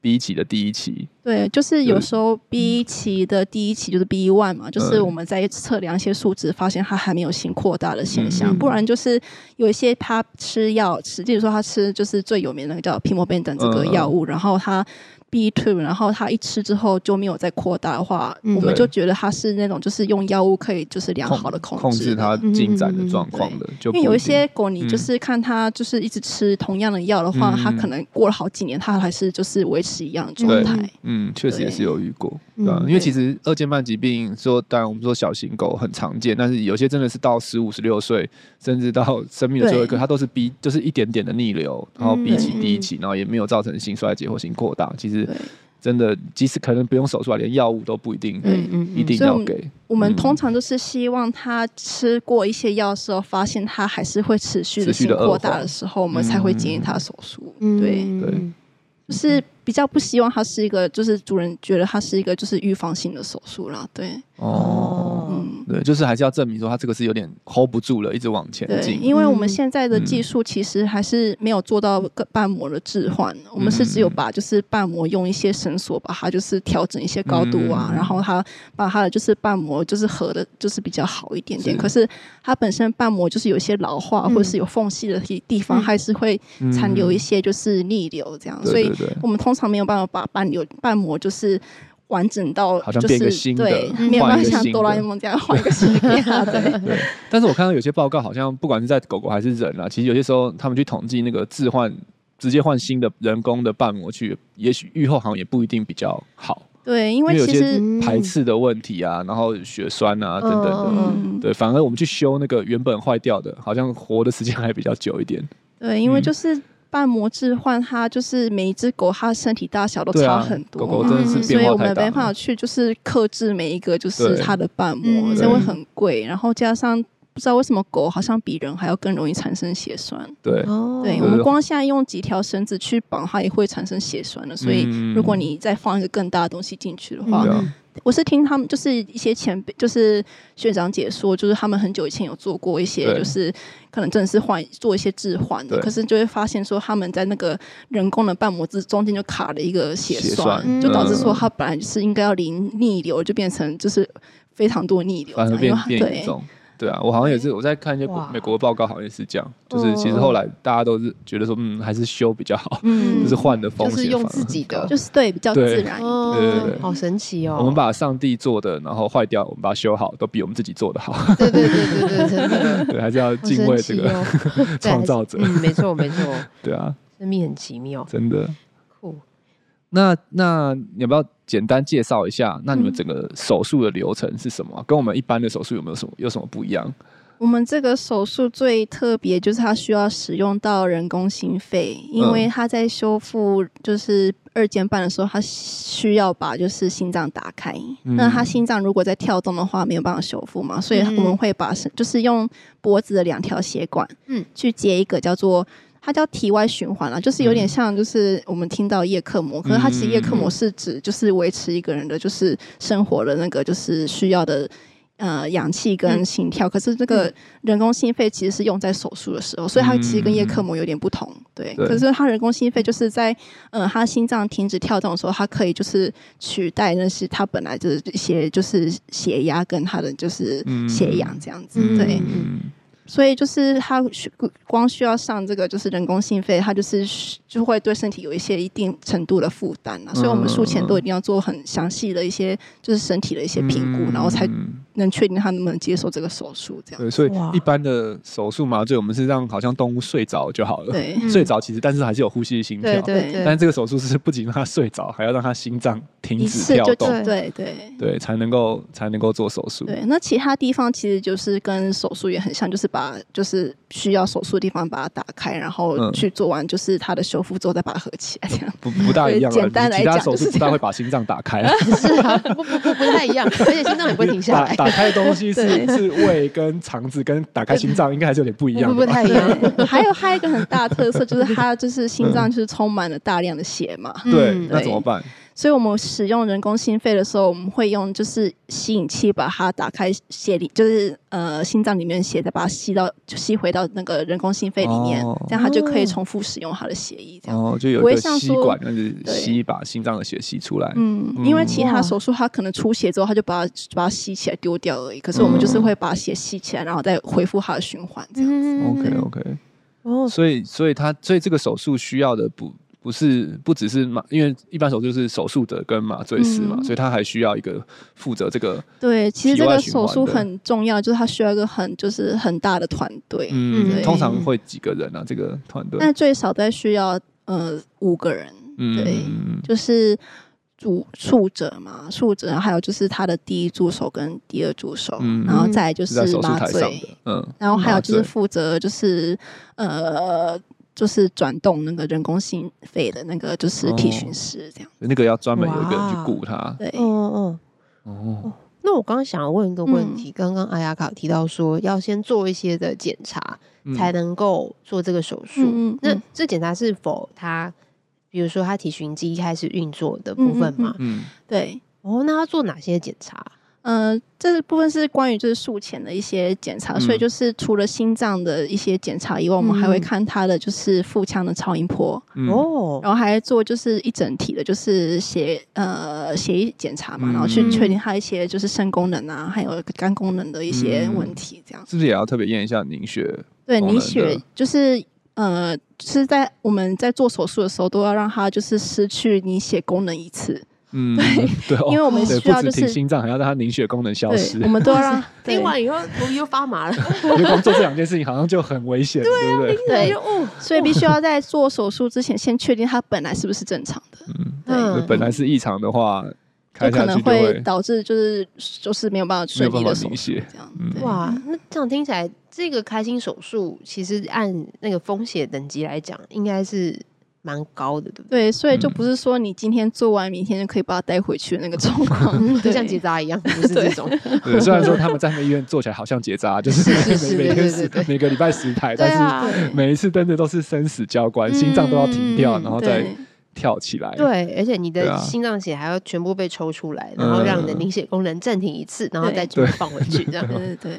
[SPEAKER 1] B 期的第一期，
[SPEAKER 3] 对，就是有时候 B 期的第一期就是 B one 嘛，就是
[SPEAKER 1] 嗯
[SPEAKER 3] 我们在测量一些数值，发现它还没有性扩大的现象。
[SPEAKER 4] 嗯
[SPEAKER 3] 不然就是有一些它吃药吃，例如说它吃就是最有名的那个叫 p i m o b e n d 这个
[SPEAKER 1] 嗯
[SPEAKER 3] 药物，然后它 B two，然后它一吃之后就没有再扩大的话，
[SPEAKER 4] 嗯
[SPEAKER 3] 我们
[SPEAKER 1] 对
[SPEAKER 3] 就觉得它是那种就是用药物可以就是良好的
[SPEAKER 1] 控
[SPEAKER 3] 控
[SPEAKER 1] 制
[SPEAKER 3] 制嗯的
[SPEAKER 1] 他进展的状况的，就
[SPEAKER 3] 嗯因为
[SPEAKER 1] 不
[SPEAKER 3] 有一
[SPEAKER 1] 定
[SPEAKER 3] 些狗，你
[SPEAKER 1] 嗯
[SPEAKER 3] 就是看它就是一直吃同样的药的话，
[SPEAKER 1] 嗯
[SPEAKER 3] 它可能过了好几年，它还是就是维持一样的状
[SPEAKER 1] 对
[SPEAKER 3] 态。
[SPEAKER 1] 嗯，确实也是
[SPEAKER 3] 对
[SPEAKER 1] 有遇过，
[SPEAKER 4] 嗯
[SPEAKER 1] 对啊因为
[SPEAKER 3] 对
[SPEAKER 1] 其实二尖瓣疾病说，当然我们说小型狗很常见，但是有些真的是到十五、十六岁，甚至到生命的最后一刻，
[SPEAKER 3] 对
[SPEAKER 1] 它都是 B，就是一点点的逆流，然后
[SPEAKER 4] 嗯
[SPEAKER 1] B 期、
[SPEAKER 3] 对
[SPEAKER 1] D 期，然后也没有造成性衰竭或性扩大。其实
[SPEAKER 3] 对
[SPEAKER 1] 真的，即使可能不用手术啊，连药物都不一定
[SPEAKER 4] 嗯嗯，
[SPEAKER 1] 一定
[SPEAKER 3] 所以
[SPEAKER 1] 要
[SPEAKER 3] 我们
[SPEAKER 1] 给。
[SPEAKER 3] 我们
[SPEAKER 1] 嗯
[SPEAKER 3] 通常都是希望它吃过一些药的时候，发现它还是会持续的
[SPEAKER 1] 持续
[SPEAKER 3] 性
[SPEAKER 1] 地恶
[SPEAKER 3] 扩大
[SPEAKER 1] 化嗯
[SPEAKER 3] 的时候，我们才会建议它手术。对，
[SPEAKER 4] 嗯
[SPEAKER 1] 对
[SPEAKER 3] 就是比较不希望它是一个，就是主人觉得它是一个就是预防性的手术啦。对，
[SPEAKER 1] 哦，
[SPEAKER 4] 哦，
[SPEAKER 3] 嗯。
[SPEAKER 1] 对，就是还是要证明说它这个是有点 hold 不住了，一直往前
[SPEAKER 3] 对，
[SPEAKER 1] 进。
[SPEAKER 3] 因为我们
[SPEAKER 4] 嗯
[SPEAKER 3] 现在的
[SPEAKER 1] 嗯
[SPEAKER 3] 技
[SPEAKER 1] 嗯
[SPEAKER 3] 术其实还是没有做到个瓣膜的置换，我们是只有把就是瓣膜用一些绳索把它就是调整一些高度啊，
[SPEAKER 1] 嗯
[SPEAKER 3] 然后它把它的就是瓣膜就是合的，就是比较好一点点。
[SPEAKER 1] 是
[SPEAKER 3] 可是它本身瓣膜就是有一些老化、
[SPEAKER 4] 嗯
[SPEAKER 3] 或者是有缝隙的地地方，
[SPEAKER 4] 嗯
[SPEAKER 3] 还是会残留一些就是逆流这样，
[SPEAKER 1] 对
[SPEAKER 3] 所以
[SPEAKER 1] 嗯对对
[SPEAKER 3] 我们通常没有办法把瓣流瓣膜就是。完整到
[SPEAKER 1] 好像
[SPEAKER 3] 就
[SPEAKER 1] 变一个
[SPEAKER 3] 是
[SPEAKER 1] 新的
[SPEAKER 3] 对，
[SPEAKER 1] 嗯
[SPEAKER 3] 没有
[SPEAKER 1] 换
[SPEAKER 3] 办法
[SPEAKER 1] 一个
[SPEAKER 3] 像
[SPEAKER 1] 新的
[SPEAKER 3] 哆啦 A 梦这样换一个新的， 对，
[SPEAKER 1] 对，但是我看到有些报告，好像不管是在狗狗还是人啊，其实有些时候他们去统计那个置换，直接换新的人工的瓣膜去，也许愈后好像也不一定比较好，
[SPEAKER 3] 对，因
[SPEAKER 1] 因为
[SPEAKER 3] 为
[SPEAKER 1] 有
[SPEAKER 3] 其
[SPEAKER 1] 些
[SPEAKER 4] 嗯
[SPEAKER 3] 实
[SPEAKER 1] 排斥的问题啊，然后血栓啊等等的。
[SPEAKER 4] 嗯
[SPEAKER 3] 嗯嗯，
[SPEAKER 1] 对，反而我们去修那个原本坏掉的，好像活的时间还比较久一点。
[SPEAKER 3] 对，因为
[SPEAKER 1] 嗯
[SPEAKER 3] 就是瓣膜置换，它就是每一只狗它身体大小都
[SPEAKER 1] 对
[SPEAKER 3] 差
[SPEAKER 1] 啊
[SPEAKER 3] 很多，
[SPEAKER 1] 狗狗
[SPEAKER 4] 真的是
[SPEAKER 3] 嗯所
[SPEAKER 1] 变
[SPEAKER 3] 以
[SPEAKER 1] 化
[SPEAKER 3] 我们
[SPEAKER 1] 太
[SPEAKER 3] 没
[SPEAKER 1] 大
[SPEAKER 3] 办法
[SPEAKER 1] 了
[SPEAKER 3] 去就是克制每一个就是
[SPEAKER 1] 对
[SPEAKER 3] 它的瓣膜，
[SPEAKER 4] 嗯
[SPEAKER 3] 所以会
[SPEAKER 1] 对
[SPEAKER 3] 很贵。然后加上不知道为什么狗好像比人还要更容易产生血栓，
[SPEAKER 1] 对，
[SPEAKER 4] 哦，
[SPEAKER 3] 对
[SPEAKER 1] 对
[SPEAKER 3] 我们
[SPEAKER 1] 对
[SPEAKER 3] 光现在用几条绳子去绑它也会产生血栓的，所以
[SPEAKER 1] 嗯
[SPEAKER 3] 如果你再放一个更大的东西进去的话
[SPEAKER 4] 嗯
[SPEAKER 1] 对，啊
[SPEAKER 3] 我是听他们就是一些前辈，就是学长姐说，就是他们很久以前有做过一些，
[SPEAKER 1] 对
[SPEAKER 3] 就是可能真的是换做一些置换的，
[SPEAKER 1] 对
[SPEAKER 3] 可是就会发现说他们在那个人工的瓣膜之中间就卡了一个血
[SPEAKER 1] 血
[SPEAKER 3] 栓，
[SPEAKER 1] 栓
[SPEAKER 3] 就导致
[SPEAKER 1] 嗯
[SPEAKER 3] 说它本来是应该要零逆流，就变成就是非常多逆流
[SPEAKER 1] 反
[SPEAKER 3] 这
[SPEAKER 1] 而
[SPEAKER 3] 样，因
[SPEAKER 1] 变
[SPEAKER 3] 为它
[SPEAKER 1] 变严
[SPEAKER 3] 啊对。
[SPEAKER 1] 重。对啊，我好像也是，我在看一些国
[SPEAKER 4] 哇
[SPEAKER 1] 美国的报告，好像也是这样，就是其实后来大家都是觉得说，嗯，还是修比较好，
[SPEAKER 4] 嗯
[SPEAKER 1] 就是换的风险
[SPEAKER 4] 就是用
[SPEAKER 1] 反而
[SPEAKER 4] 自己
[SPEAKER 1] 很高
[SPEAKER 4] 的
[SPEAKER 3] 就是对比较自
[SPEAKER 1] 对
[SPEAKER 3] 然一点，
[SPEAKER 4] 哦，
[SPEAKER 1] 对对对
[SPEAKER 4] 好神奇哦！
[SPEAKER 1] 我们把上帝做的，然后坏掉，我们把它修好，都比我们自己做的好。
[SPEAKER 4] 对对对对对，真的
[SPEAKER 1] 对，还是要敬畏这个
[SPEAKER 4] 好神奇哦对
[SPEAKER 1] 创造者
[SPEAKER 4] 还是嗯，没错没错，
[SPEAKER 1] 对啊，
[SPEAKER 4] 生命很奇妙，
[SPEAKER 1] 真的。
[SPEAKER 4] 酷。
[SPEAKER 1] 那那你要不要简单介绍一下？那你们
[SPEAKER 3] 嗯
[SPEAKER 1] 整个手术的流程是什么啊、跟我们一般的手术有没有什么有什么不一样？
[SPEAKER 3] 我们这个手术最特别就是它需要使用到人工心肺，因为
[SPEAKER 1] 嗯
[SPEAKER 3] 它在修复就是二尖瓣的时候，它需要把就是心脏打开。
[SPEAKER 1] 嗯
[SPEAKER 3] 那它心脏如果在跳动的话，没有办法修复嘛，所以
[SPEAKER 2] 嗯
[SPEAKER 3] 我们会把是就是用脖子的两条血管，
[SPEAKER 2] 嗯，
[SPEAKER 3] 去接一个叫做。它叫体外循环啦，就是有点
[SPEAKER 1] 嗯
[SPEAKER 3] 像，就是我们听到叶克膜，可是它其实叶克
[SPEAKER 1] 嗯嗯
[SPEAKER 3] 膜
[SPEAKER 1] 嗯
[SPEAKER 3] 是指就是维持一个人的就是生活的那个就是需要的呃氧气跟
[SPEAKER 2] 嗯
[SPEAKER 3] 心跳，可是这个人工心肺其实是用在手术的时候，所以它其实跟叶克膜有点不同，对。
[SPEAKER 1] 对
[SPEAKER 3] 可是它人工心肺就是在呃它心脏停止跳动的时候，它可以就是取代那些它本来就是一些就是血压跟它的就是
[SPEAKER 1] 嗯
[SPEAKER 3] 血氧这样子，
[SPEAKER 1] 嗯
[SPEAKER 3] 对。
[SPEAKER 1] 嗯
[SPEAKER 3] 所以就是它需光需要上这个就是人工心肺，它就是就会对身体有一些一定程度的负担啊。所以我们术前都一定要做很详细的一些就是身体的一些评估，然后才
[SPEAKER 1] 嗯
[SPEAKER 3] 能确定他能不能接受这个手术这样。
[SPEAKER 1] 对，所以
[SPEAKER 4] 哇
[SPEAKER 1] 一般的手术麻醉，我们是让好像动物睡着就好了。
[SPEAKER 3] 对，
[SPEAKER 2] 嗯
[SPEAKER 1] 睡着其实，但是还是有呼吸心
[SPEAKER 2] 对
[SPEAKER 1] 跳。
[SPEAKER 2] 对对，
[SPEAKER 1] 但这个手术是不仅让他睡着，还要让他心脏停
[SPEAKER 3] 一
[SPEAKER 1] 止
[SPEAKER 3] 次
[SPEAKER 1] 跳
[SPEAKER 3] 就
[SPEAKER 1] 动，
[SPEAKER 3] 对对对
[SPEAKER 1] 对，才能够才能够做手术。
[SPEAKER 3] 对。那其他地方其实就是跟手术也很像，就是把就是需要手术的地方把它打开，然后
[SPEAKER 1] 嗯
[SPEAKER 3] 去做完就是它的修复之后再把它合起来这 样。
[SPEAKER 1] 不不大一样了，
[SPEAKER 3] 对简单
[SPEAKER 1] 你其
[SPEAKER 3] 来
[SPEAKER 1] 他
[SPEAKER 3] 讲
[SPEAKER 1] 手
[SPEAKER 3] 就是
[SPEAKER 1] 术不
[SPEAKER 3] 这
[SPEAKER 1] 大
[SPEAKER 3] 样
[SPEAKER 1] 会把心脏打开 啊，
[SPEAKER 4] 是啊，不不不不太一样，而且心脏也不会停下
[SPEAKER 1] 打
[SPEAKER 4] 来，
[SPEAKER 1] 打开的东西是
[SPEAKER 3] 对
[SPEAKER 1] 是胃跟肠子跟打开心脏应该还是有点不一样
[SPEAKER 4] 不不
[SPEAKER 1] 的吧。
[SPEAKER 4] 太一样。
[SPEAKER 3] 对，还有还有一个很大的特色就是它就是心脏就是充满了大量的血嘛，
[SPEAKER 1] 对
[SPEAKER 2] 嗯，
[SPEAKER 1] 那怎么办？
[SPEAKER 3] 所以我们使用人工心肺的时候，我们会用就是吸引器把它打开血里，就是呃心脏里面的血，再把它吸到就吸回到那个人工心肺里面，
[SPEAKER 1] 哦
[SPEAKER 3] 这样它就可以
[SPEAKER 2] 哦
[SPEAKER 3] 重复使用它的血液这
[SPEAKER 1] 然
[SPEAKER 3] 样。
[SPEAKER 1] 哦后就有
[SPEAKER 3] 不
[SPEAKER 1] 一
[SPEAKER 3] 会
[SPEAKER 1] 个
[SPEAKER 3] 像
[SPEAKER 1] 吸
[SPEAKER 3] 说
[SPEAKER 1] 管，但是
[SPEAKER 3] 对
[SPEAKER 1] 吸把心脏的血吸出来。
[SPEAKER 3] 嗯，
[SPEAKER 1] 嗯
[SPEAKER 3] 因为其他
[SPEAKER 2] 哇
[SPEAKER 3] 手术它可能出血之后，它就把它把它吸起来丢掉而已。可是我们就是会把血吸起来，然后再恢复它的循环这样。
[SPEAKER 1] OK
[SPEAKER 2] 嗯
[SPEAKER 1] OK，
[SPEAKER 2] 哦，
[SPEAKER 1] 所以所以他所以这个手术需要的不不是不只是麻，因为一般手术是手术者跟麻醉师嘛，
[SPEAKER 3] 嗯
[SPEAKER 1] 所以他还需要一个负责这个
[SPEAKER 3] 对，其实
[SPEAKER 1] 体
[SPEAKER 3] 这
[SPEAKER 1] 外
[SPEAKER 3] 个
[SPEAKER 1] 循
[SPEAKER 3] 手
[SPEAKER 1] 环
[SPEAKER 3] 术
[SPEAKER 1] 的
[SPEAKER 3] 很重要，就是它需要一个很就是很大的团队，
[SPEAKER 1] 嗯，
[SPEAKER 3] 对
[SPEAKER 1] 通常会几个人啊？这个团队，
[SPEAKER 3] 但最少得需要呃五个人。
[SPEAKER 1] 嗯
[SPEAKER 3] 对，
[SPEAKER 1] 嗯
[SPEAKER 3] 就是主触者嘛，触者，还有就是他的第一助手跟第二助手，
[SPEAKER 1] 嗯
[SPEAKER 3] 然后再来就是是
[SPEAKER 1] 在手术
[SPEAKER 3] 麻
[SPEAKER 1] 台上
[SPEAKER 3] 醉，
[SPEAKER 1] 的，嗯，
[SPEAKER 3] 然后还有就
[SPEAKER 1] 麻
[SPEAKER 3] 是
[SPEAKER 1] 醉
[SPEAKER 3] 负责就是呃。就是转动那个人工心肺的那个，就是
[SPEAKER 1] 哦
[SPEAKER 3] 体巡师这样。
[SPEAKER 1] 那个要专门有一个人去
[SPEAKER 2] 哇
[SPEAKER 1] 顾他。
[SPEAKER 3] 对，
[SPEAKER 2] 嗯嗯。
[SPEAKER 1] 哦，
[SPEAKER 2] 那我刚刚想问一
[SPEAKER 3] 嗯
[SPEAKER 2] 个问题，刚刚阿雅卡有提到说要先做一些的检查，
[SPEAKER 1] 嗯
[SPEAKER 2] 才能够做这个手术。
[SPEAKER 3] 嗯嗯
[SPEAKER 2] 那
[SPEAKER 3] 嗯
[SPEAKER 2] 这检查是否它，比如说它体循机开始运作的部分吗？
[SPEAKER 1] 嗯
[SPEAKER 3] 对，
[SPEAKER 2] 哦，那要做哪些检查？
[SPEAKER 3] 呃，这部分是关于就是术前的一些检查，
[SPEAKER 1] 嗯
[SPEAKER 3] 所以就是除了心脏的一些检查以外，我们还会看他的就是腹腔的超音波，
[SPEAKER 1] 嗯
[SPEAKER 2] 哦，
[SPEAKER 3] 然后还做就是一整体的，就是血呃血液检查嘛，
[SPEAKER 1] 嗯
[SPEAKER 3] 然后去确定他一些就是肾功能啊，还有肝功能的一些
[SPEAKER 1] 嗯
[SPEAKER 3] 问题，这样。
[SPEAKER 1] 是不是也要特别验一下凝血？
[SPEAKER 3] 对，
[SPEAKER 1] 功能
[SPEAKER 3] 凝
[SPEAKER 1] 的
[SPEAKER 3] 血就是呃，就是在我们在做手术的时候，都要让他就是失去凝血功能一次，
[SPEAKER 1] 嗯， 对，哦
[SPEAKER 3] 因为我们
[SPEAKER 1] 对，
[SPEAKER 3] 需
[SPEAKER 1] 不
[SPEAKER 3] 要
[SPEAKER 1] 止
[SPEAKER 3] 就
[SPEAKER 1] 停
[SPEAKER 3] 是。
[SPEAKER 1] 心脏，还要让他凝血功能消失
[SPEAKER 3] 对，。我们都要 让对
[SPEAKER 4] 听完以后，我又发麻了，
[SPEAKER 2] 哦
[SPEAKER 1] 我觉得光做这两件事情好像就很危险，对不啊对？
[SPEAKER 3] 对，
[SPEAKER 4] 哦，
[SPEAKER 3] 所以必须要在做手术之前，先确定他本来是不是正常的，
[SPEAKER 1] 那
[SPEAKER 2] 嗯
[SPEAKER 1] 本来是异常的话，
[SPEAKER 3] 就
[SPEAKER 1] 开
[SPEAKER 3] 可
[SPEAKER 1] 下
[SPEAKER 3] 能
[SPEAKER 1] 去就
[SPEAKER 3] 会
[SPEAKER 1] 会
[SPEAKER 3] 导致就是就是没有办法顺
[SPEAKER 1] 没
[SPEAKER 3] 利
[SPEAKER 1] 有办
[SPEAKER 3] 的
[SPEAKER 1] 法
[SPEAKER 3] 手
[SPEAKER 1] 凝
[SPEAKER 3] 术
[SPEAKER 1] 血
[SPEAKER 3] 这样
[SPEAKER 1] 嗯。
[SPEAKER 3] 对
[SPEAKER 2] 哇，那这样听起来，这个开心手术其实按那个风险等级来讲，应该是蛮高的，对不对？
[SPEAKER 3] 对，所以就
[SPEAKER 1] 嗯
[SPEAKER 3] 不是说你今天做完，明天就可以把它带回去的那个状况，
[SPEAKER 2] 就
[SPEAKER 3] 对
[SPEAKER 2] 像结扎一样，不是这种。
[SPEAKER 1] 对，虽然说他们在那个医院做起来好像结扎，就是
[SPEAKER 2] 是是
[SPEAKER 1] 每每天
[SPEAKER 2] 对对
[SPEAKER 1] 十
[SPEAKER 2] 对对
[SPEAKER 1] 每个礼拜十台，
[SPEAKER 2] 对
[SPEAKER 1] 但
[SPEAKER 2] 啊，
[SPEAKER 1] 是每一次真的都是生死交关，
[SPEAKER 3] 嗯
[SPEAKER 1] 心脏都要停掉，然后再
[SPEAKER 3] 对
[SPEAKER 1] 跳起来。
[SPEAKER 2] 嗯对，而且你
[SPEAKER 1] 对
[SPEAKER 2] 的
[SPEAKER 1] 啊
[SPEAKER 2] 心脏血还要全部被抽出来，然后让你的
[SPEAKER 1] 嗯
[SPEAKER 2] 凝血功能暂停一次，然后
[SPEAKER 3] 对
[SPEAKER 2] 再全部放回去，这样。
[SPEAKER 3] 对 对对，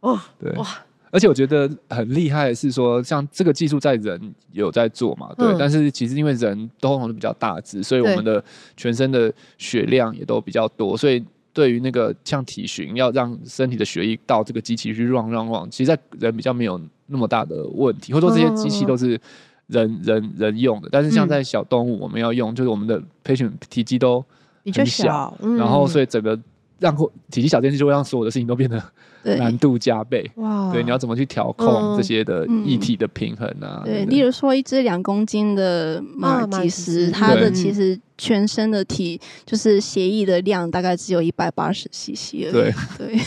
[SPEAKER 2] 哇，
[SPEAKER 1] 对
[SPEAKER 2] 哇，
[SPEAKER 1] 而且我觉得很厉害的是说，像这个技术在人有在做嘛，对，
[SPEAKER 2] 嗯
[SPEAKER 1] 但是其实因为人通常都比较大只，所以我
[SPEAKER 2] 对
[SPEAKER 1] 们的全身的血量也都比较多，所以。对于那个像体循，要让身体的血液到这个机器去 run run run，其实，在人比较没有那么大的问题，或者说这些机器都是人、人人用的，但是像
[SPEAKER 2] 嗯
[SPEAKER 1] 在小动物，我们要用，就是我们的 patient 体积都
[SPEAKER 2] 比较
[SPEAKER 1] 很小
[SPEAKER 2] 小，嗯
[SPEAKER 1] 然后所以整个让后体积小这件事就会让所有的事情都变得
[SPEAKER 3] 对
[SPEAKER 1] 难度加倍。
[SPEAKER 2] 哇，
[SPEAKER 1] 对，你要怎么去调
[SPEAKER 2] 嗯
[SPEAKER 1] 控这些的议题的平衡啊？
[SPEAKER 3] 对，
[SPEAKER 1] 等等
[SPEAKER 3] 例如说一只两公斤的马尔济
[SPEAKER 2] 啊马尔济斯
[SPEAKER 3] 斯，它的
[SPEAKER 1] 对
[SPEAKER 3] 其实 全身的体就是血液的量大概只有一百八十 CC 而已。
[SPEAKER 1] 对
[SPEAKER 3] 对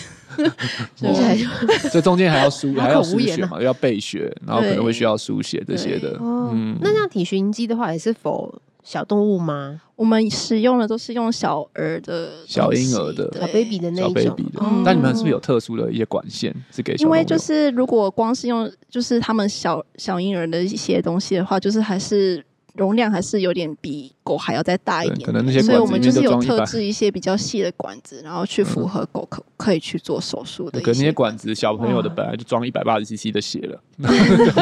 [SPEAKER 2] 听起来就
[SPEAKER 1] 这中间还要输，
[SPEAKER 4] 口
[SPEAKER 1] 还要输
[SPEAKER 4] 无言
[SPEAKER 1] 血
[SPEAKER 4] 啊
[SPEAKER 1] 嘛，又要备血，然后可能会需要输血这些的。
[SPEAKER 2] 哦
[SPEAKER 1] 嗯，
[SPEAKER 2] 那像体循机的话，也是否小动物吗？
[SPEAKER 3] 我们使用的都是用小儿的东西
[SPEAKER 1] 小婴儿的
[SPEAKER 3] 对
[SPEAKER 2] 小 baby 的那
[SPEAKER 1] 小
[SPEAKER 2] 一种，
[SPEAKER 1] baby 的
[SPEAKER 3] 嗯
[SPEAKER 1] 但你们是不是有特殊的一些管线是给小
[SPEAKER 3] 因
[SPEAKER 1] 动物
[SPEAKER 3] 为
[SPEAKER 1] 用？
[SPEAKER 3] 就是如果光是用就是他们小小婴儿的一些东西的话，就是还是容量还是有点比狗还要再大一
[SPEAKER 1] 对
[SPEAKER 3] 点，
[SPEAKER 1] 可能那些
[SPEAKER 3] 所以
[SPEAKER 1] 管
[SPEAKER 3] 我
[SPEAKER 1] 子里
[SPEAKER 3] 们
[SPEAKER 1] 面
[SPEAKER 3] 就
[SPEAKER 1] 就是
[SPEAKER 3] 有
[SPEAKER 1] 装一
[SPEAKER 3] 特
[SPEAKER 1] 百，
[SPEAKER 3] 制一些比较细的管子，然后去符合狗可可以去做手术的
[SPEAKER 1] 对
[SPEAKER 3] 一
[SPEAKER 1] 可能那
[SPEAKER 3] 些
[SPEAKER 1] 些管子小朋友的
[SPEAKER 4] 哇
[SPEAKER 1] 本来就装一百八十 CC 的血 了，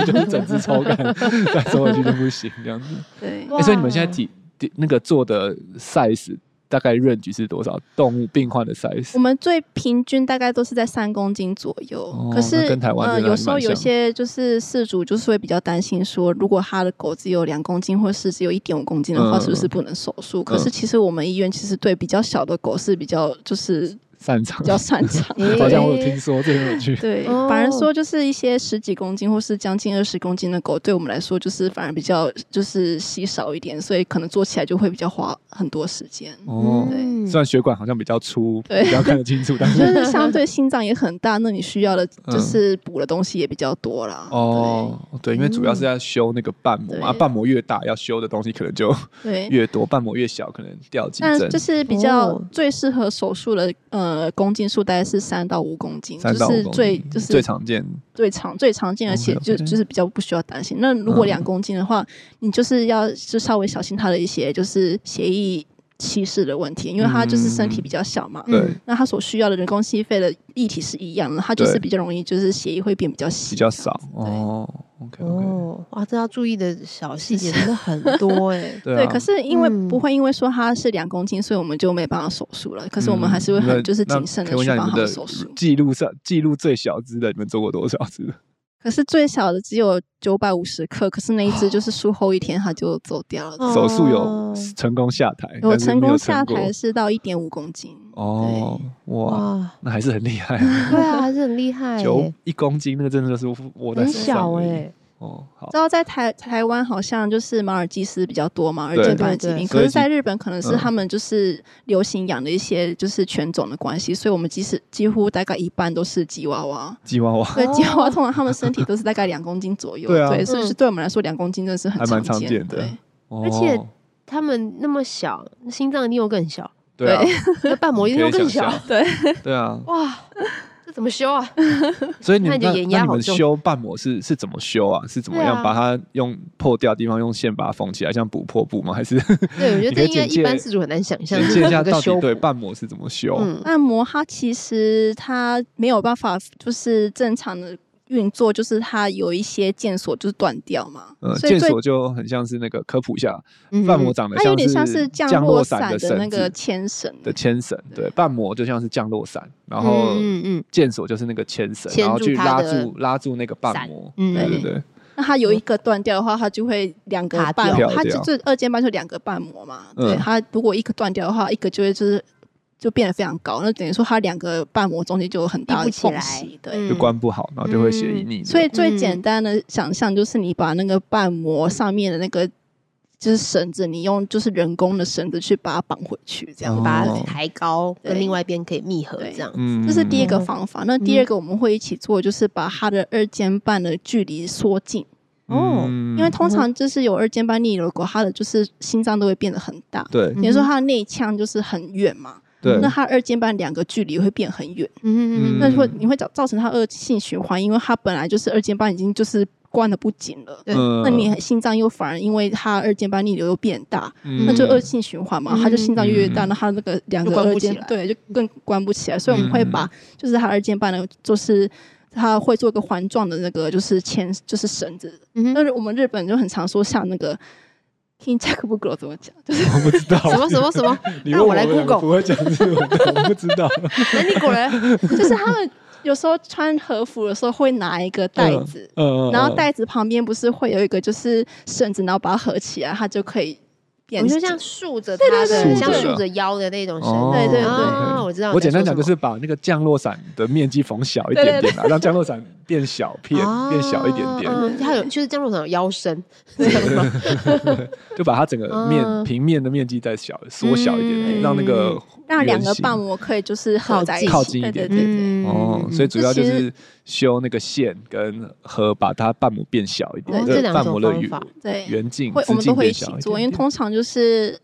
[SPEAKER 1] 就就整只抽干，再抽回去就不行这样子。
[SPEAKER 3] 对
[SPEAKER 1] 欸所以你们现在体体那个做的 size 大概 range 是多少？动物病患的 size
[SPEAKER 3] 我们最平均大概都是在三公斤左右，
[SPEAKER 1] 哦
[SPEAKER 3] 可是
[SPEAKER 1] 那跟台湾
[SPEAKER 3] 呃
[SPEAKER 1] 真的
[SPEAKER 3] 有
[SPEAKER 1] 还
[SPEAKER 3] 时候
[SPEAKER 1] 蛮
[SPEAKER 3] 有
[SPEAKER 1] 像
[SPEAKER 3] 些就是饲主就是会比较担心说，如果他的狗只有两公斤或是只有一点五公斤的话，
[SPEAKER 1] 嗯
[SPEAKER 3] 是不是不能手术？可是
[SPEAKER 1] 嗯
[SPEAKER 3] 其实我们医院其实对比较小的狗是比较就是
[SPEAKER 1] 擅长
[SPEAKER 3] 比？较擅长
[SPEAKER 2] 诶
[SPEAKER 1] 好像我有听说，这很有趣。
[SPEAKER 3] 对，
[SPEAKER 2] 哦
[SPEAKER 3] 反而说就是一些十几公斤或是将近二十公斤的狗，对我们来说就是反而比较就是稀少一点，所以可能做起来就会比较花很多时间。
[SPEAKER 1] 哦，
[SPEAKER 2] 嗯
[SPEAKER 1] 虽然血管好像比较粗，
[SPEAKER 3] 对
[SPEAKER 1] 比较看得清楚，但
[SPEAKER 3] 就是是相 对心脏也很大，那你需要的
[SPEAKER 1] 嗯
[SPEAKER 3] 就是补的东西也比较多啦。
[SPEAKER 1] 哦，对，因为主要是在修那个瓣膜嘛，
[SPEAKER 3] 嗯对
[SPEAKER 1] 啊瓣膜越大，要修的东西可能就
[SPEAKER 3] 对，对，
[SPEAKER 1] 越多，瓣膜越小，可能掉几
[SPEAKER 3] 但
[SPEAKER 1] 针
[SPEAKER 3] 就。是比较
[SPEAKER 2] 哦
[SPEAKER 3] 最适合手术的呃公斤数大概是三到五公斤，
[SPEAKER 1] 三到
[SPEAKER 3] 就
[SPEAKER 1] 五
[SPEAKER 3] 是
[SPEAKER 1] 公
[SPEAKER 3] 最
[SPEAKER 1] 斤
[SPEAKER 3] 就是
[SPEAKER 1] 最常见，
[SPEAKER 3] 最常最常见，而且
[SPEAKER 1] OK，OK
[SPEAKER 3] 就就是比较不需要担心。那如果
[SPEAKER 1] 嗯
[SPEAKER 3] 两公斤的话，你就是要就稍微小心它的一些就是血液稀释的问题，因为它就是身体比较小嘛。
[SPEAKER 1] 对
[SPEAKER 2] 嗯，
[SPEAKER 3] 那它所需要的人工吸肺的液体是一样的，它就是
[SPEAKER 1] 对
[SPEAKER 3] 比较容易，就是血液会变比较稀，
[SPEAKER 1] 比较少
[SPEAKER 3] 这样子对
[SPEAKER 1] 哦。OK OK，。
[SPEAKER 2] 哦，哇，这要注意的小细节真的很多哎
[SPEAKER 1] 对
[SPEAKER 3] 对，
[SPEAKER 1] 啊
[SPEAKER 3] 可是因为
[SPEAKER 2] 嗯
[SPEAKER 3] 不会因为说它是两公斤，所以我们就没办法手术了。可是我们还是会
[SPEAKER 1] 嗯你
[SPEAKER 3] 很
[SPEAKER 1] 们
[SPEAKER 3] 就是
[SPEAKER 1] 那
[SPEAKER 3] 谨慎的
[SPEAKER 1] 可以问一
[SPEAKER 3] 去
[SPEAKER 1] 下
[SPEAKER 3] 帮
[SPEAKER 1] 你
[SPEAKER 3] 他
[SPEAKER 1] 们
[SPEAKER 3] 们
[SPEAKER 1] 的
[SPEAKER 3] 手术。
[SPEAKER 1] 记录上记录最小只的，你们做过多少只？
[SPEAKER 3] 可是最小的只有九百五十克，可是那一
[SPEAKER 1] 哦
[SPEAKER 3] 只就是术后一天它就走掉了。
[SPEAKER 2] 哦
[SPEAKER 1] 手术有
[SPEAKER 2] 哦
[SPEAKER 1] 成功下台，
[SPEAKER 3] 我
[SPEAKER 1] 但是
[SPEAKER 3] 成
[SPEAKER 1] 没有
[SPEAKER 3] 功下
[SPEAKER 1] 成
[SPEAKER 3] 台
[SPEAKER 1] 果
[SPEAKER 3] 是到一点五公斤，
[SPEAKER 1] 哦， 哇，
[SPEAKER 2] 哇，
[SPEAKER 1] 那还是很厉害啊，
[SPEAKER 2] 对啊，还是很厉害
[SPEAKER 1] 九
[SPEAKER 2] 耶，
[SPEAKER 1] 一公斤那个真的是握在
[SPEAKER 2] 很
[SPEAKER 1] 手上
[SPEAKER 2] 小
[SPEAKER 1] 而已
[SPEAKER 2] 哎。
[SPEAKER 1] 哦，好
[SPEAKER 3] 知，道在台台湾好像就是马尔济斯比较多嘛，而
[SPEAKER 1] 对
[SPEAKER 3] 且发的疾
[SPEAKER 2] 对对
[SPEAKER 3] 病，
[SPEAKER 1] 对
[SPEAKER 3] 可
[SPEAKER 1] 所以
[SPEAKER 3] 是
[SPEAKER 1] 其
[SPEAKER 3] 在日本可能是
[SPEAKER 1] 嗯
[SPEAKER 3] 他们就是流行养的一些就是犬种的关系，所以我们即使几乎大概一半都是吉娃娃。
[SPEAKER 1] 吉娃娃
[SPEAKER 3] 对，吉娃娃通常它们身体都是大概两公斤左右，
[SPEAKER 1] 哦对啊
[SPEAKER 3] 所以
[SPEAKER 2] 嗯
[SPEAKER 3] 是对我们来说两公斤真的是很
[SPEAKER 1] 还蛮
[SPEAKER 3] 常
[SPEAKER 1] 常见的
[SPEAKER 3] 对
[SPEAKER 1] 而
[SPEAKER 2] 而且
[SPEAKER 1] 哦
[SPEAKER 2] 他们那么小，心脏一定又更小，
[SPEAKER 1] 对啊，
[SPEAKER 2] 那瓣膜一定又更小
[SPEAKER 1] 可以想。象
[SPEAKER 3] 对，
[SPEAKER 1] 对啊，
[SPEAKER 2] 哇，这怎么修啊？
[SPEAKER 1] 所以你们
[SPEAKER 2] 看着
[SPEAKER 1] 那
[SPEAKER 2] 眼
[SPEAKER 1] 那
[SPEAKER 2] 压
[SPEAKER 1] 你
[SPEAKER 2] 好
[SPEAKER 1] 们
[SPEAKER 2] 重
[SPEAKER 1] 修瓣膜是是怎么修啊？是怎么
[SPEAKER 2] 对啊
[SPEAKER 1] 样把它用破掉的地方用线把它缝起来，像补破布吗？还是
[SPEAKER 2] 对，我觉得
[SPEAKER 1] 你可
[SPEAKER 2] 这
[SPEAKER 1] 以
[SPEAKER 2] 应该
[SPEAKER 1] 简介
[SPEAKER 2] 一般事主很难想象
[SPEAKER 1] 简。介一下
[SPEAKER 2] 这
[SPEAKER 1] 到
[SPEAKER 2] 个修
[SPEAKER 1] 底
[SPEAKER 2] 补
[SPEAKER 1] 对哦瓣膜是怎么修？
[SPEAKER 2] 嗯，
[SPEAKER 3] 按摩它其实它没有办法就是正常的运作，就是它有一些腱索就是断掉嘛，
[SPEAKER 1] 呃，
[SPEAKER 3] 所以
[SPEAKER 1] 腱
[SPEAKER 3] 最
[SPEAKER 1] 索就很像是那个科普一下，
[SPEAKER 2] 嗯
[SPEAKER 1] 瓣膜长得
[SPEAKER 3] 它有点像
[SPEAKER 1] 是
[SPEAKER 3] 是降
[SPEAKER 1] 落
[SPEAKER 3] 落
[SPEAKER 1] 伞
[SPEAKER 3] 伞的那
[SPEAKER 1] 绳
[SPEAKER 3] 个
[SPEAKER 1] 子
[SPEAKER 3] 牵绳
[SPEAKER 1] 的牵绳，对，瓣膜就像是降落伞，然后
[SPEAKER 2] 嗯嗯嗯
[SPEAKER 1] 腱索就是那个牵绳，
[SPEAKER 2] 牵
[SPEAKER 1] 然后
[SPEAKER 2] 住
[SPEAKER 1] 去
[SPEAKER 2] 它
[SPEAKER 1] 拉
[SPEAKER 2] 的
[SPEAKER 1] 住拉住那个瓣膜，
[SPEAKER 2] 嗯
[SPEAKER 1] 对对
[SPEAKER 2] 嗯
[SPEAKER 1] 对，
[SPEAKER 3] 那它有一个断掉的话，它就会两个
[SPEAKER 2] 卡
[SPEAKER 3] 瓣
[SPEAKER 1] 掉
[SPEAKER 3] 膜，它
[SPEAKER 1] 掉
[SPEAKER 3] 就是二尖瓣就两个瓣膜嘛。
[SPEAKER 1] 嗯
[SPEAKER 3] 对，它如果一个断掉的话，一个就会就是就变得非常高，那等于说它两个瓣膜中间就有很大
[SPEAKER 2] 立
[SPEAKER 3] 的
[SPEAKER 2] 不起
[SPEAKER 3] 缝
[SPEAKER 2] 来
[SPEAKER 3] 隙。对，
[SPEAKER 2] 嗯
[SPEAKER 1] 就关不好，然后就会血液逆流。
[SPEAKER 3] 所以最
[SPEAKER 2] 嗯
[SPEAKER 3] 简单的想象就是你把那个瓣膜上面的那个就是绳子，你用就是人工的绳子去把它绑回去，这样
[SPEAKER 1] 哦
[SPEAKER 3] 把
[SPEAKER 2] 把
[SPEAKER 3] 它
[SPEAKER 2] 它抬高，
[SPEAKER 3] 对
[SPEAKER 2] 跟另外一边可以密合
[SPEAKER 3] 对
[SPEAKER 2] 这样。
[SPEAKER 1] 嗯
[SPEAKER 3] 这是第一个
[SPEAKER 2] 嗯
[SPEAKER 3] 方法。那第二个我们会一起做，就是把它的二尖瓣的距离缩近。
[SPEAKER 2] 哦
[SPEAKER 1] 嗯
[SPEAKER 3] 因为通常就是有二尖瓣逆流的狗，它的就是心脏都会变得很大，
[SPEAKER 1] 对
[SPEAKER 2] 嗯
[SPEAKER 3] 比如说它的内腔就是很远嘛，
[SPEAKER 1] 对
[SPEAKER 3] 那它二尖瓣两个距离会变很远，
[SPEAKER 2] 嗯
[SPEAKER 3] 那会
[SPEAKER 1] 嗯
[SPEAKER 3] 你会造造成它恶性循环，因为它本来就是二尖瓣已经就是关的不紧了。
[SPEAKER 2] 对
[SPEAKER 1] 嗯
[SPEAKER 3] 那你心脏又反而因为它二尖瓣逆流又变大，
[SPEAKER 1] 嗯
[SPEAKER 3] 那就恶性循环嘛，
[SPEAKER 2] 嗯
[SPEAKER 3] 它就心脏越来越大，
[SPEAKER 1] 嗯
[SPEAKER 3] 那它那个两
[SPEAKER 2] 就
[SPEAKER 3] 个
[SPEAKER 2] 关
[SPEAKER 3] 二
[SPEAKER 2] 不起
[SPEAKER 3] 尖
[SPEAKER 2] 来
[SPEAKER 3] 对就更关不起来，所以我们会
[SPEAKER 1] 嗯
[SPEAKER 3] 把就是它二尖瓣呢，就是它会做一个环状的那个就是牵就是绳子，
[SPEAKER 2] 嗯
[SPEAKER 3] 但是我们日本就很常说像那个 King Jack b u g l o 怎么讲，就是
[SPEAKER 1] 我不知道
[SPEAKER 2] 什么什么什么？
[SPEAKER 1] 你
[SPEAKER 2] 让
[SPEAKER 1] 问
[SPEAKER 2] 我来
[SPEAKER 1] 们两个
[SPEAKER 2] Google
[SPEAKER 1] 不会讲日文的，我不知道。
[SPEAKER 2] 那哎你果然
[SPEAKER 3] 就是他们有时候穿和服的时候会拿一个袋子，
[SPEAKER 1] 嗯，嗯
[SPEAKER 3] 然后袋子旁边不是会有一个就是绳子，然后把它合起来，它就可以
[SPEAKER 2] 我
[SPEAKER 3] 变
[SPEAKER 2] 们
[SPEAKER 3] 紧，
[SPEAKER 2] 就像竖着它
[SPEAKER 1] 对对
[SPEAKER 2] 的，
[SPEAKER 1] 对
[SPEAKER 2] 像
[SPEAKER 1] 对
[SPEAKER 2] 竖着腰的那种绳
[SPEAKER 1] 哦
[SPEAKER 2] 子。
[SPEAKER 3] 对对对
[SPEAKER 2] 啊，我知道你在说什么。
[SPEAKER 1] 我简单讲就是把那个降落伞的面积缝小一点
[SPEAKER 3] 对对
[SPEAKER 1] 点啊，让降落伞变小片，变小一点点，
[SPEAKER 2] 哦
[SPEAKER 4] 嗯，它有就是降落伞有腰身，
[SPEAKER 1] 就把它整个面
[SPEAKER 2] 嗯
[SPEAKER 1] 平面的面积再小缩小一点点，
[SPEAKER 3] 嗯
[SPEAKER 1] 让那个
[SPEAKER 3] 让两个
[SPEAKER 1] 圆形
[SPEAKER 3] 瓣膜可以就是合在一
[SPEAKER 2] 靠
[SPEAKER 3] 起，
[SPEAKER 1] 近
[SPEAKER 3] 对
[SPEAKER 1] 靠近一
[SPEAKER 3] 对
[SPEAKER 1] 点
[SPEAKER 3] 对对。
[SPEAKER 2] 嗯
[SPEAKER 1] 哦，所以主要就
[SPEAKER 3] 这其
[SPEAKER 1] 是修那个线跟和把它瓣膜变小一点，
[SPEAKER 3] 哦
[SPEAKER 1] 就
[SPEAKER 2] 这
[SPEAKER 1] 是
[SPEAKER 2] 两
[SPEAKER 1] 瓣
[SPEAKER 2] 种
[SPEAKER 1] 膜的
[SPEAKER 2] 方
[SPEAKER 1] 圆
[SPEAKER 2] 法
[SPEAKER 3] 对
[SPEAKER 1] 圆径
[SPEAKER 3] 会我
[SPEAKER 1] 直
[SPEAKER 3] 们都
[SPEAKER 1] 径
[SPEAKER 3] 会一
[SPEAKER 1] 变
[SPEAKER 3] 起
[SPEAKER 1] 小一
[SPEAKER 3] 做，因
[SPEAKER 1] 点
[SPEAKER 3] 为
[SPEAKER 1] 点。
[SPEAKER 3] 通常就是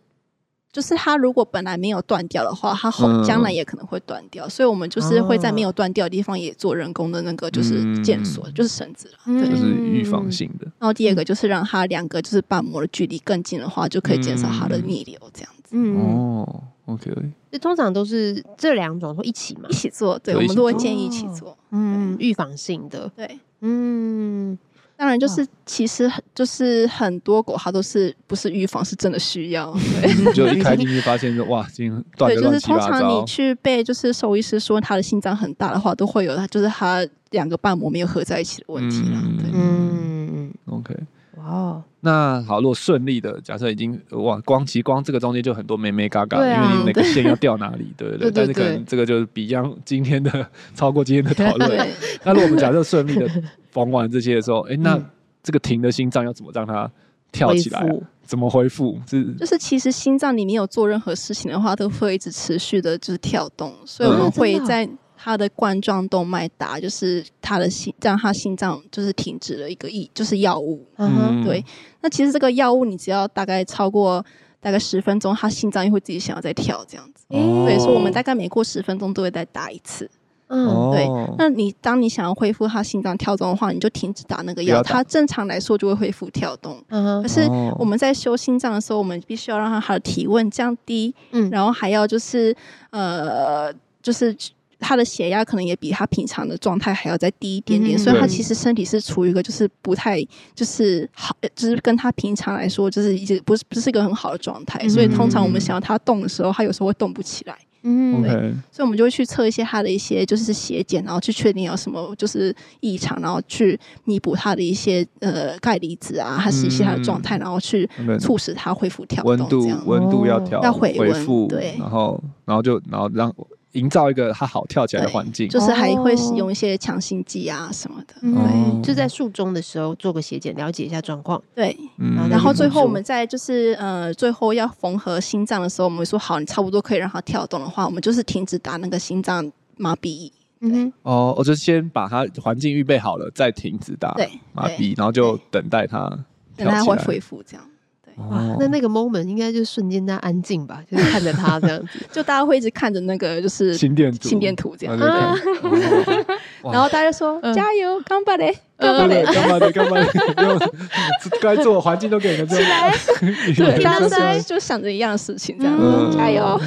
[SPEAKER 3] 就是它如果本来没有断掉的话，它后
[SPEAKER 1] 嗯
[SPEAKER 3] 将来也可能会断掉，所以我们就是会在没有断掉的地方也做人工的那个就是
[SPEAKER 1] 嗯
[SPEAKER 3] 腱索，就是绳子了。对，
[SPEAKER 1] 就
[SPEAKER 3] 然
[SPEAKER 1] 是预防性的，
[SPEAKER 3] 后第二个就是让它两个就是瓣膜的距离更近的话，就可以减少它的逆流，这样子
[SPEAKER 2] 嗯，
[SPEAKER 1] 哦，OK，
[SPEAKER 2] 就
[SPEAKER 4] 通常都是
[SPEAKER 2] 这两种会一起嘛
[SPEAKER 3] 一，起做。对，
[SPEAKER 1] 对
[SPEAKER 3] 我
[SPEAKER 1] 一起
[SPEAKER 3] 们都会
[SPEAKER 1] 做
[SPEAKER 3] 建议一起做。
[SPEAKER 2] 嗯，预防性的，
[SPEAKER 3] 哦对，
[SPEAKER 2] 嗯，
[SPEAKER 3] 当然就是其实很就是很多狗它都是不是预防是真的需要。对。
[SPEAKER 1] 就一开进去发现说哇，今天断
[SPEAKER 3] 对，
[SPEAKER 1] 的
[SPEAKER 3] 就
[SPEAKER 1] 乱
[SPEAKER 3] 是
[SPEAKER 1] 七
[SPEAKER 3] 通
[SPEAKER 1] 八
[SPEAKER 3] 常你
[SPEAKER 1] 糟，
[SPEAKER 3] 去被就是兽医师说他的心脏很大的话，都会有他就是他两个瓣膜没有合在一起的问题啦。对，
[SPEAKER 2] 嗯，
[SPEAKER 1] OK。
[SPEAKER 2] 哇哦，
[SPEAKER 1] 那好，如果顺利的，假设已经哇，光其光这个中间就很多妹妹嘎嘎，
[SPEAKER 2] 对啊
[SPEAKER 1] 因为你哪个线要掉哪里，对不
[SPEAKER 2] 对对
[SPEAKER 1] 但是可
[SPEAKER 2] 对
[SPEAKER 1] 能这个就是 Beyond 今天的超过今天的讨论。
[SPEAKER 3] 对，
[SPEAKER 1] 那如果我们假设顺利 的缝完这些的时候，哎、那
[SPEAKER 2] 嗯
[SPEAKER 1] 这个停的心脏要怎么让它跳
[SPEAKER 2] 恢
[SPEAKER 1] 起来啊、
[SPEAKER 2] 复
[SPEAKER 1] 怎么恢复？是
[SPEAKER 3] 就是其实心脏你没有做任何事情的话，都会一直持续的就是跳动，所以我
[SPEAKER 1] 啊
[SPEAKER 3] 们会
[SPEAKER 2] 真的啊
[SPEAKER 3] 在它的冠状动脉打就是它的心让它心脏就是停止了一个意就是药物。
[SPEAKER 2] 嗯哼，
[SPEAKER 3] 对，那其实这个药物你只要大概超过大概十分钟，它心脏又会自己想要再跳这样子。
[SPEAKER 1] 哦
[SPEAKER 3] 对，所以我们大概每过十分钟都会再打一次。
[SPEAKER 2] 嗯，
[SPEAKER 3] 对
[SPEAKER 1] 哦
[SPEAKER 3] 那你当你想要恢复它心脏跳动的话，你就停止打那个
[SPEAKER 1] 不要
[SPEAKER 3] 药，
[SPEAKER 1] 打
[SPEAKER 3] 它正常来说就会恢复跳动。
[SPEAKER 2] 嗯哼，
[SPEAKER 3] 可是
[SPEAKER 1] 哦
[SPEAKER 3] 我们在修心脏的时候，我们必须要让它的体温降低，
[SPEAKER 2] 嗯
[SPEAKER 3] 然后还要就是呃，就是它的血压可能也比它平常的状态还要再低一点点，
[SPEAKER 2] 嗯
[SPEAKER 3] 所以它
[SPEAKER 1] 对
[SPEAKER 3] 其实身体是处于一个就是不太就是好，呃就是跟它平常来说就是一直不是不是一个很好的状态，所以通常我们想要它动的时候，它有时候会动不起来。
[SPEAKER 2] 嗯，
[SPEAKER 1] OK，
[SPEAKER 3] 所以我们就会去测一些他的一些就是血检，然后去确定有什么就是异常，然后去弥补他的一些呃钙离子啊，还是一些他的状态，然后去
[SPEAKER 1] 嗯
[SPEAKER 3] 促使他恢复跳
[SPEAKER 1] 温
[SPEAKER 3] 动
[SPEAKER 1] 度
[SPEAKER 3] 这样。
[SPEAKER 1] 温度要
[SPEAKER 2] 哦
[SPEAKER 1] 调，
[SPEAKER 3] 要回
[SPEAKER 1] 恢
[SPEAKER 3] 温
[SPEAKER 1] 复，
[SPEAKER 3] 对
[SPEAKER 1] 然后然后就然后让营造一个它好跳起来的
[SPEAKER 3] 对
[SPEAKER 1] 环境，
[SPEAKER 3] 就是还会使用一些强心剂啊什么的。
[SPEAKER 1] 哦
[SPEAKER 2] 嗯，就在术中的时候做个血检，了解一下状况，
[SPEAKER 3] 对，
[SPEAKER 1] 嗯
[SPEAKER 3] 然后
[SPEAKER 2] 就
[SPEAKER 3] 最后我
[SPEAKER 2] 嗯
[SPEAKER 3] 们在就是呃，最后要缝合心脏的时候，我们会说好，你差不多可以让它跳动的话，我们就是停止打那个心脏麻痹液。
[SPEAKER 2] 嗯哼，
[SPEAKER 1] 哦，我就先把它环境预备好了，再停止打
[SPEAKER 3] 对
[SPEAKER 1] 啊麻
[SPEAKER 3] 对
[SPEAKER 1] 痹，然后就等待它
[SPEAKER 3] 等它
[SPEAKER 1] 跳
[SPEAKER 3] 会
[SPEAKER 1] 起来
[SPEAKER 3] 恢复这样。
[SPEAKER 1] 哦
[SPEAKER 4] 那那个 moment 应该就是瞬间大家安静吧，就是看着他这样子，
[SPEAKER 3] 就大家会一直看着那个就是
[SPEAKER 1] 心电图，
[SPEAKER 3] 心电图这样
[SPEAKER 1] 啊。对对哦哇
[SPEAKER 3] 然后大家就说、
[SPEAKER 4] 嗯
[SPEAKER 3] 加油，干巴嘞，干 巴
[SPEAKER 1] 真
[SPEAKER 3] 嘞
[SPEAKER 1] 的，干嘛的干嘛的，不用该做的环境都给人家做，
[SPEAKER 3] 对，大家都
[SPEAKER 1] 对
[SPEAKER 3] 在就想着一样的事情，这样、
[SPEAKER 1] 嗯
[SPEAKER 3] 加油。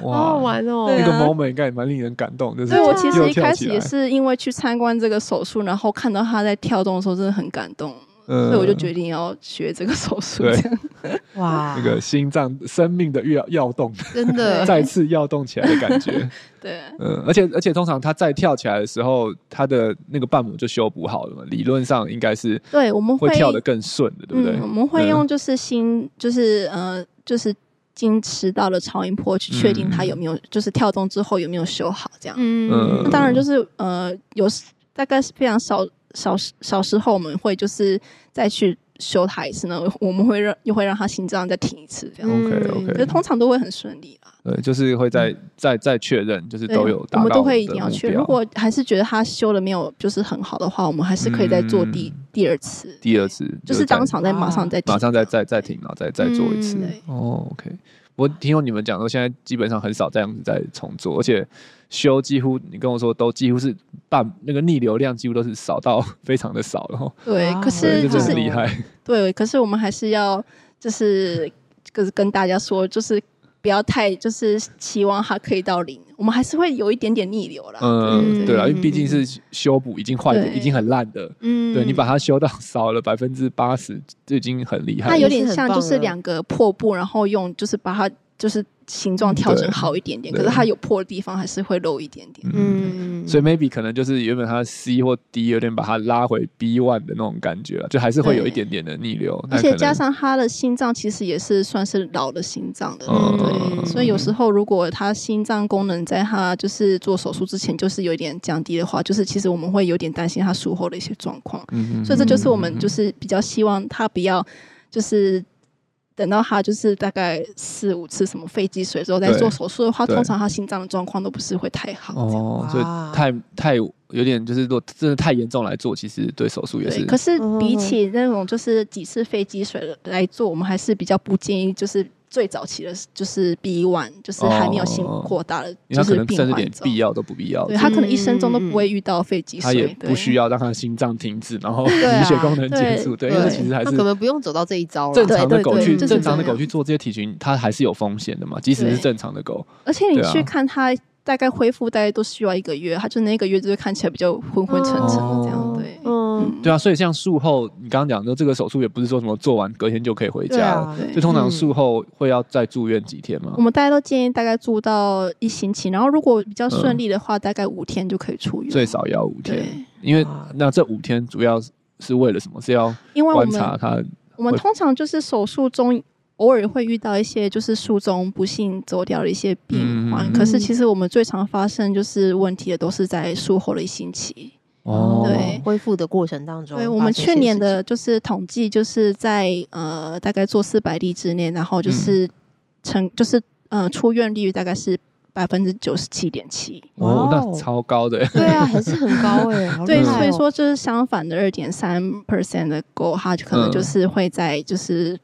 [SPEAKER 4] 好好
[SPEAKER 1] 哇，
[SPEAKER 4] 玩哦。
[SPEAKER 3] 对
[SPEAKER 1] 那个
[SPEAKER 3] 啊
[SPEAKER 1] moment 应该也蛮令人感动，就是
[SPEAKER 3] 所以我其
[SPEAKER 1] 又
[SPEAKER 3] 实一
[SPEAKER 1] 跳
[SPEAKER 3] 开
[SPEAKER 1] 起
[SPEAKER 3] 始也
[SPEAKER 1] 来，
[SPEAKER 3] 是因为去参观这个手术，然后看到他在跳动的时候，真的很感动，
[SPEAKER 1] 所
[SPEAKER 3] 所以我就决定要学这个手
[SPEAKER 1] 嗯
[SPEAKER 3] 术。
[SPEAKER 1] 对
[SPEAKER 3] 这样啊
[SPEAKER 4] 哇
[SPEAKER 1] 那 个心脏生命的跃跃 动，
[SPEAKER 4] 真的
[SPEAKER 1] 再次跃动起来的感觉。
[SPEAKER 3] 对
[SPEAKER 1] 嗯，而且而且通常它再跳起来的时候，它的那个瓣膜就修补好了嘛，理论上应该是
[SPEAKER 3] 对，我们
[SPEAKER 1] 会跳得更顺的，对不对？
[SPEAKER 3] 嗯，我们会用就是心，就是呃，就是经吃到的超音波去确定它有没有，就是跳动之后有没有修好这样。
[SPEAKER 1] 嗯
[SPEAKER 3] 那当然就是呃，有时大概是非常少少少时候，我们会就是再去修它一次呢，我们会让又会让它心脏再停一次这样。
[SPEAKER 1] OK
[SPEAKER 3] 嗯可是
[SPEAKER 1] OK，
[SPEAKER 3] 通常都会很顺利啦，
[SPEAKER 1] 对，就是会再再再确认，就是
[SPEAKER 3] 对
[SPEAKER 1] 都有
[SPEAKER 3] 我
[SPEAKER 1] 达
[SPEAKER 3] 们
[SPEAKER 1] 到
[SPEAKER 3] 都会一
[SPEAKER 1] 的
[SPEAKER 3] 定要
[SPEAKER 1] 目
[SPEAKER 3] 去。
[SPEAKER 1] 标
[SPEAKER 3] 如果还是觉得它修的没有就是很好的话，我们还是可以再做第、
[SPEAKER 1] 嗯
[SPEAKER 3] 第二次，
[SPEAKER 1] 第二次
[SPEAKER 3] 就是
[SPEAKER 1] 再
[SPEAKER 3] 当场再马上再停
[SPEAKER 1] 马上再再再停，然后再再做一次。
[SPEAKER 3] 嗯对
[SPEAKER 1] 哦，OK。我听过你们讲说，现在基本上很少这样子在重做，而且修几乎你跟我说都几乎是半那个逆流量几乎都是少到非常的少，然后
[SPEAKER 3] 对
[SPEAKER 4] 哇，
[SPEAKER 1] 对，
[SPEAKER 3] 可
[SPEAKER 1] 这
[SPEAKER 3] 是就
[SPEAKER 1] 真
[SPEAKER 3] 是
[SPEAKER 1] 的厉害。
[SPEAKER 3] 对，可是我们还是要就是就是跟大家说，就是不要太就是期望它可以到零，我们还是会有一点点逆流啦。
[SPEAKER 1] 嗯，对
[SPEAKER 3] 对对
[SPEAKER 1] 啊，因为毕竟是修补已经坏的、
[SPEAKER 3] 对
[SPEAKER 1] 已经很烂的，
[SPEAKER 2] 嗯，
[SPEAKER 1] 对你把它修到少了百分之八十，就已经很厉害
[SPEAKER 3] 它
[SPEAKER 1] 了。
[SPEAKER 3] 有点像
[SPEAKER 4] 也是很棒啊
[SPEAKER 3] 就
[SPEAKER 4] 了
[SPEAKER 3] 是两个破布，然后用就是把它就是形状调整
[SPEAKER 1] 嗯对
[SPEAKER 3] 好一点点，
[SPEAKER 1] 对
[SPEAKER 3] 可是它有破的地方还是会漏一点点。
[SPEAKER 2] 嗯，
[SPEAKER 1] 所以 maybe 可能就是原本它 C 或 D 有点把它拉回 B one 的那种感觉了，就还是会有一
[SPEAKER 3] 对
[SPEAKER 1] 点点的逆流，
[SPEAKER 3] 而
[SPEAKER 1] 但可
[SPEAKER 3] 且
[SPEAKER 1] 能
[SPEAKER 3] 加上他的心脏其实也是算是老的心脏的，
[SPEAKER 1] 嗯
[SPEAKER 3] 对，所以有时候如果他心脏功能在他就是做手术之前就是有一点降低的话，就是其实我们会有点担心他术后的一些状况，
[SPEAKER 1] 嗯，嗯
[SPEAKER 3] 所以这就是我们
[SPEAKER 1] 嗯
[SPEAKER 3] 就是比较希望他不要就是。等到他就是大概四五次什么肺积水之后再
[SPEAKER 1] 对
[SPEAKER 3] 做手术的话，
[SPEAKER 1] 对
[SPEAKER 3] 通常他心脏的状况都不是会太好。
[SPEAKER 1] 哦，所以
[SPEAKER 4] 哇
[SPEAKER 1] 太太有点就是，如果真的太严重来做，其实对手术也
[SPEAKER 3] 对，
[SPEAKER 1] 是
[SPEAKER 3] 可是
[SPEAKER 2] 嗯
[SPEAKER 3] 比起那种就是几次肺积水的来做，我们还是比较不建议就是最早期的，就是 B one，就是还没有心扩大的，
[SPEAKER 1] 哦因为他
[SPEAKER 3] 就
[SPEAKER 1] 可
[SPEAKER 3] 是
[SPEAKER 1] 能
[SPEAKER 3] 病
[SPEAKER 1] 甚至连
[SPEAKER 3] 患者
[SPEAKER 1] 必。要都不必要，
[SPEAKER 3] 对他可能一生中都
[SPEAKER 4] 嗯
[SPEAKER 3] 不会遇到肺积
[SPEAKER 1] 他也
[SPEAKER 3] 水，
[SPEAKER 1] 不需
[SPEAKER 3] 要。
[SPEAKER 1] 要让他的心脏停止，然后
[SPEAKER 4] 啊
[SPEAKER 1] 凝血功能结
[SPEAKER 3] 对
[SPEAKER 1] 束，对，因
[SPEAKER 4] 对
[SPEAKER 1] 为这其实还
[SPEAKER 4] 他
[SPEAKER 1] 是
[SPEAKER 4] 可能不用走到这一招
[SPEAKER 1] 正
[SPEAKER 4] 了。
[SPEAKER 1] 常的
[SPEAKER 3] 对对
[SPEAKER 1] 狗
[SPEAKER 3] 对
[SPEAKER 1] 去
[SPEAKER 3] 就是
[SPEAKER 1] 正常的
[SPEAKER 3] 这样
[SPEAKER 1] 狗去做这些体群，它还是有风险的嘛，即使是
[SPEAKER 3] 对
[SPEAKER 1] 正常的狗，
[SPEAKER 3] 而且你
[SPEAKER 1] 对啊
[SPEAKER 3] 去看他大概恢复，大概都需要一个月，他就那个月就是看起来比较昏昏沉沉的这样，
[SPEAKER 1] 哦
[SPEAKER 3] 对。
[SPEAKER 2] 嗯，
[SPEAKER 1] 对啊，所以像术后，你刚刚讲说这个手术也不是说什么做完隔天就可以回
[SPEAKER 4] 对
[SPEAKER 1] 家了，
[SPEAKER 4] 啊，
[SPEAKER 3] 对嗯
[SPEAKER 1] 就通常
[SPEAKER 4] 嗯
[SPEAKER 1] 术后会要再住院几天嘛
[SPEAKER 3] 我，们大家都建议大概住到一星期，然后如果比较顺利的话，大概五天就可以出院。
[SPEAKER 1] 最少也要五天，
[SPEAKER 3] 对，
[SPEAKER 1] 因为
[SPEAKER 4] 哇
[SPEAKER 1] 那这五天主要是为了什么？是要
[SPEAKER 3] 因为我
[SPEAKER 1] 观
[SPEAKER 3] 们
[SPEAKER 1] 察它
[SPEAKER 3] 我们
[SPEAKER 1] 会
[SPEAKER 3] 通常就是手术中偶尔会遇到一些就是术中不幸走掉的一些病患，
[SPEAKER 1] 嗯
[SPEAKER 3] 可是其实我们最常发生就是问题的都是在术后的一星期。
[SPEAKER 1] 哦，
[SPEAKER 3] 对
[SPEAKER 2] 恢复的过程当中，
[SPEAKER 3] 对，我
[SPEAKER 2] 发
[SPEAKER 3] 们
[SPEAKER 2] 生一些
[SPEAKER 3] 去年
[SPEAKER 2] 事
[SPEAKER 3] 的就是统计，就是在呃大概做四百例之内，然后就是成、就是呃出院率大概是百分之九十七点七。
[SPEAKER 4] 哇
[SPEAKER 1] 哦，那
[SPEAKER 4] 哦
[SPEAKER 1] 超高的，
[SPEAKER 4] 对 啊，还是很高哎，好厉害
[SPEAKER 3] 对，
[SPEAKER 4] 哦
[SPEAKER 3] 所以说就是相反的二点三 percent 的 goal，它就可能就是会在就是、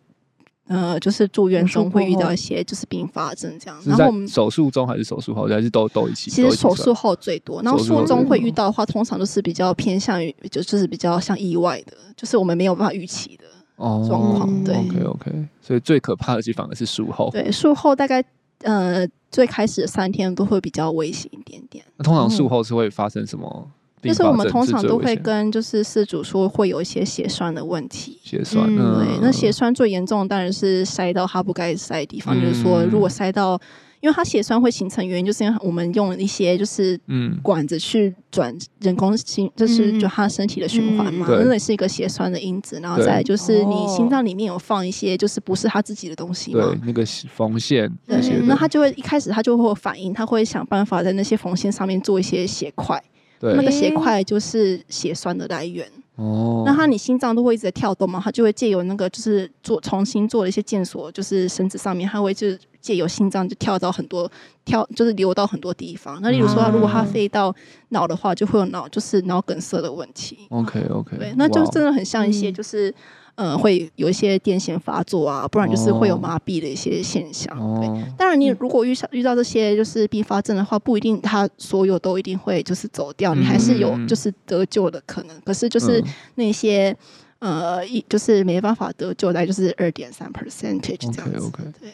[SPEAKER 3] 呃就是住院中会遇到一些就是并发症这样，
[SPEAKER 1] 是
[SPEAKER 3] 然后
[SPEAKER 1] 在
[SPEAKER 3] 我们
[SPEAKER 1] 手术中还是手术后，还是都都一起？
[SPEAKER 3] 其
[SPEAKER 1] 都
[SPEAKER 3] 实
[SPEAKER 1] 一起
[SPEAKER 3] 手
[SPEAKER 1] 算
[SPEAKER 3] 术后最多，然后
[SPEAKER 1] 手术后
[SPEAKER 3] 术中
[SPEAKER 1] 最
[SPEAKER 3] 会
[SPEAKER 1] 多
[SPEAKER 3] 遇到的话，通常都是比较偏向于就就是比较像意外的，就是我们没有办法预期的。
[SPEAKER 1] 哦
[SPEAKER 3] 状
[SPEAKER 4] 况对
[SPEAKER 1] OK OK，所以最可怕的其实反而是术后。
[SPEAKER 3] 对，术后大概呃最开始的三天都会比较危险一点点。
[SPEAKER 1] 那通常术后是会发生什么并
[SPEAKER 3] 就
[SPEAKER 1] 发症？
[SPEAKER 3] 是我们通常
[SPEAKER 1] 是
[SPEAKER 3] 都会
[SPEAKER 1] 最危险的
[SPEAKER 3] 跟就是事主说会有一些血栓的问题，
[SPEAKER 1] 血栓，
[SPEAKER 4] 嗯
[SPEAKER 1] 嗯
[SPEAKER 3] 对，那血栓最严重的当然是塞到它不该塞的地方，就是说
[SPEAKER 1] 嗯
[SPEAKER 3] 如果塞到，因为它血栓会形成原因，就是因为我们用一些就是
[SPEAKER 1] 嗯
[SPEAKER 3] 管子去转人工心，就是
[SPEAKER 4] 嗯
[SPEAKER 3] 就它身体的循环嘛，
[SPEAKER 1] 嗯对
[SPEAKER 3] 那也是一个血栓的因子。然后
[SPEAKER 1] 对
[SPEAKER 3] 再来就是你
[SPEAKER 4] 哦
[SPEAKER 3] 心脏里面有放一些就是不是它自己的东西嘛
[SPEAKER 1] 对。那个血缝线
[SPEAKER 3] 对
[SPEAKER 1] 那些的，
[SPEAKER 3] 那它就会一开始它就会有反应，它会想办法在那些缝线上面做一些血块，那
[SPEAKER 1] 对
[SPEAKER 3] 个血块就是血栓的来源。
[SPEAKER 1] 哦，
[SPEAKER 3] 那它你心脏都会一直在跳动嘛，它就会借由那个就是做重新做了一些腱索，就是绳子上面，它会就是借由心脏就跳到很多跳，就是流到很多地方。那例如
[SPEAKER 1] 哦
[SPEAKER 3] 说，
[SPEAKER 4] 嗯
[SPEAKER 3] 如果它飞到脑的话，就会有脑就是脑梗塞的问题。
[SPEAKER 1] OK OK，
[SPEAKER 3] 对，那就真
[SPEAKER 1] 的
[SPEAKER 3] 的很像一些
[SPEAKER 4] 嗯
[SPEAKER 3] 就是。呃，会有一些癫痫发作啊，不然就是会有
[SPEAKER 1] 哦
[SPEAKER 3] 麻痹的一些现象。对，
[SPEAKER 1] 哦，
[SPEAKER 3] 当然，你如果遇上遇到这些就是并发症的话，不一定他所有都一定会就是走掉，
[SPEAKER 1] 嗯
[SPEAKER 3] 你还是有
[SPEAKER 1] 嗯嗯
[SPEAKER 3] 就是得救的可能。可是就是
[SPEAKER 1] 嗯
[SPEAKER 3] 那些、呃，一就是没办法得救的，就是二点三 percentage 这样子。
[SPEAKER 1] OK，OK
[SPEAKER 3] 对，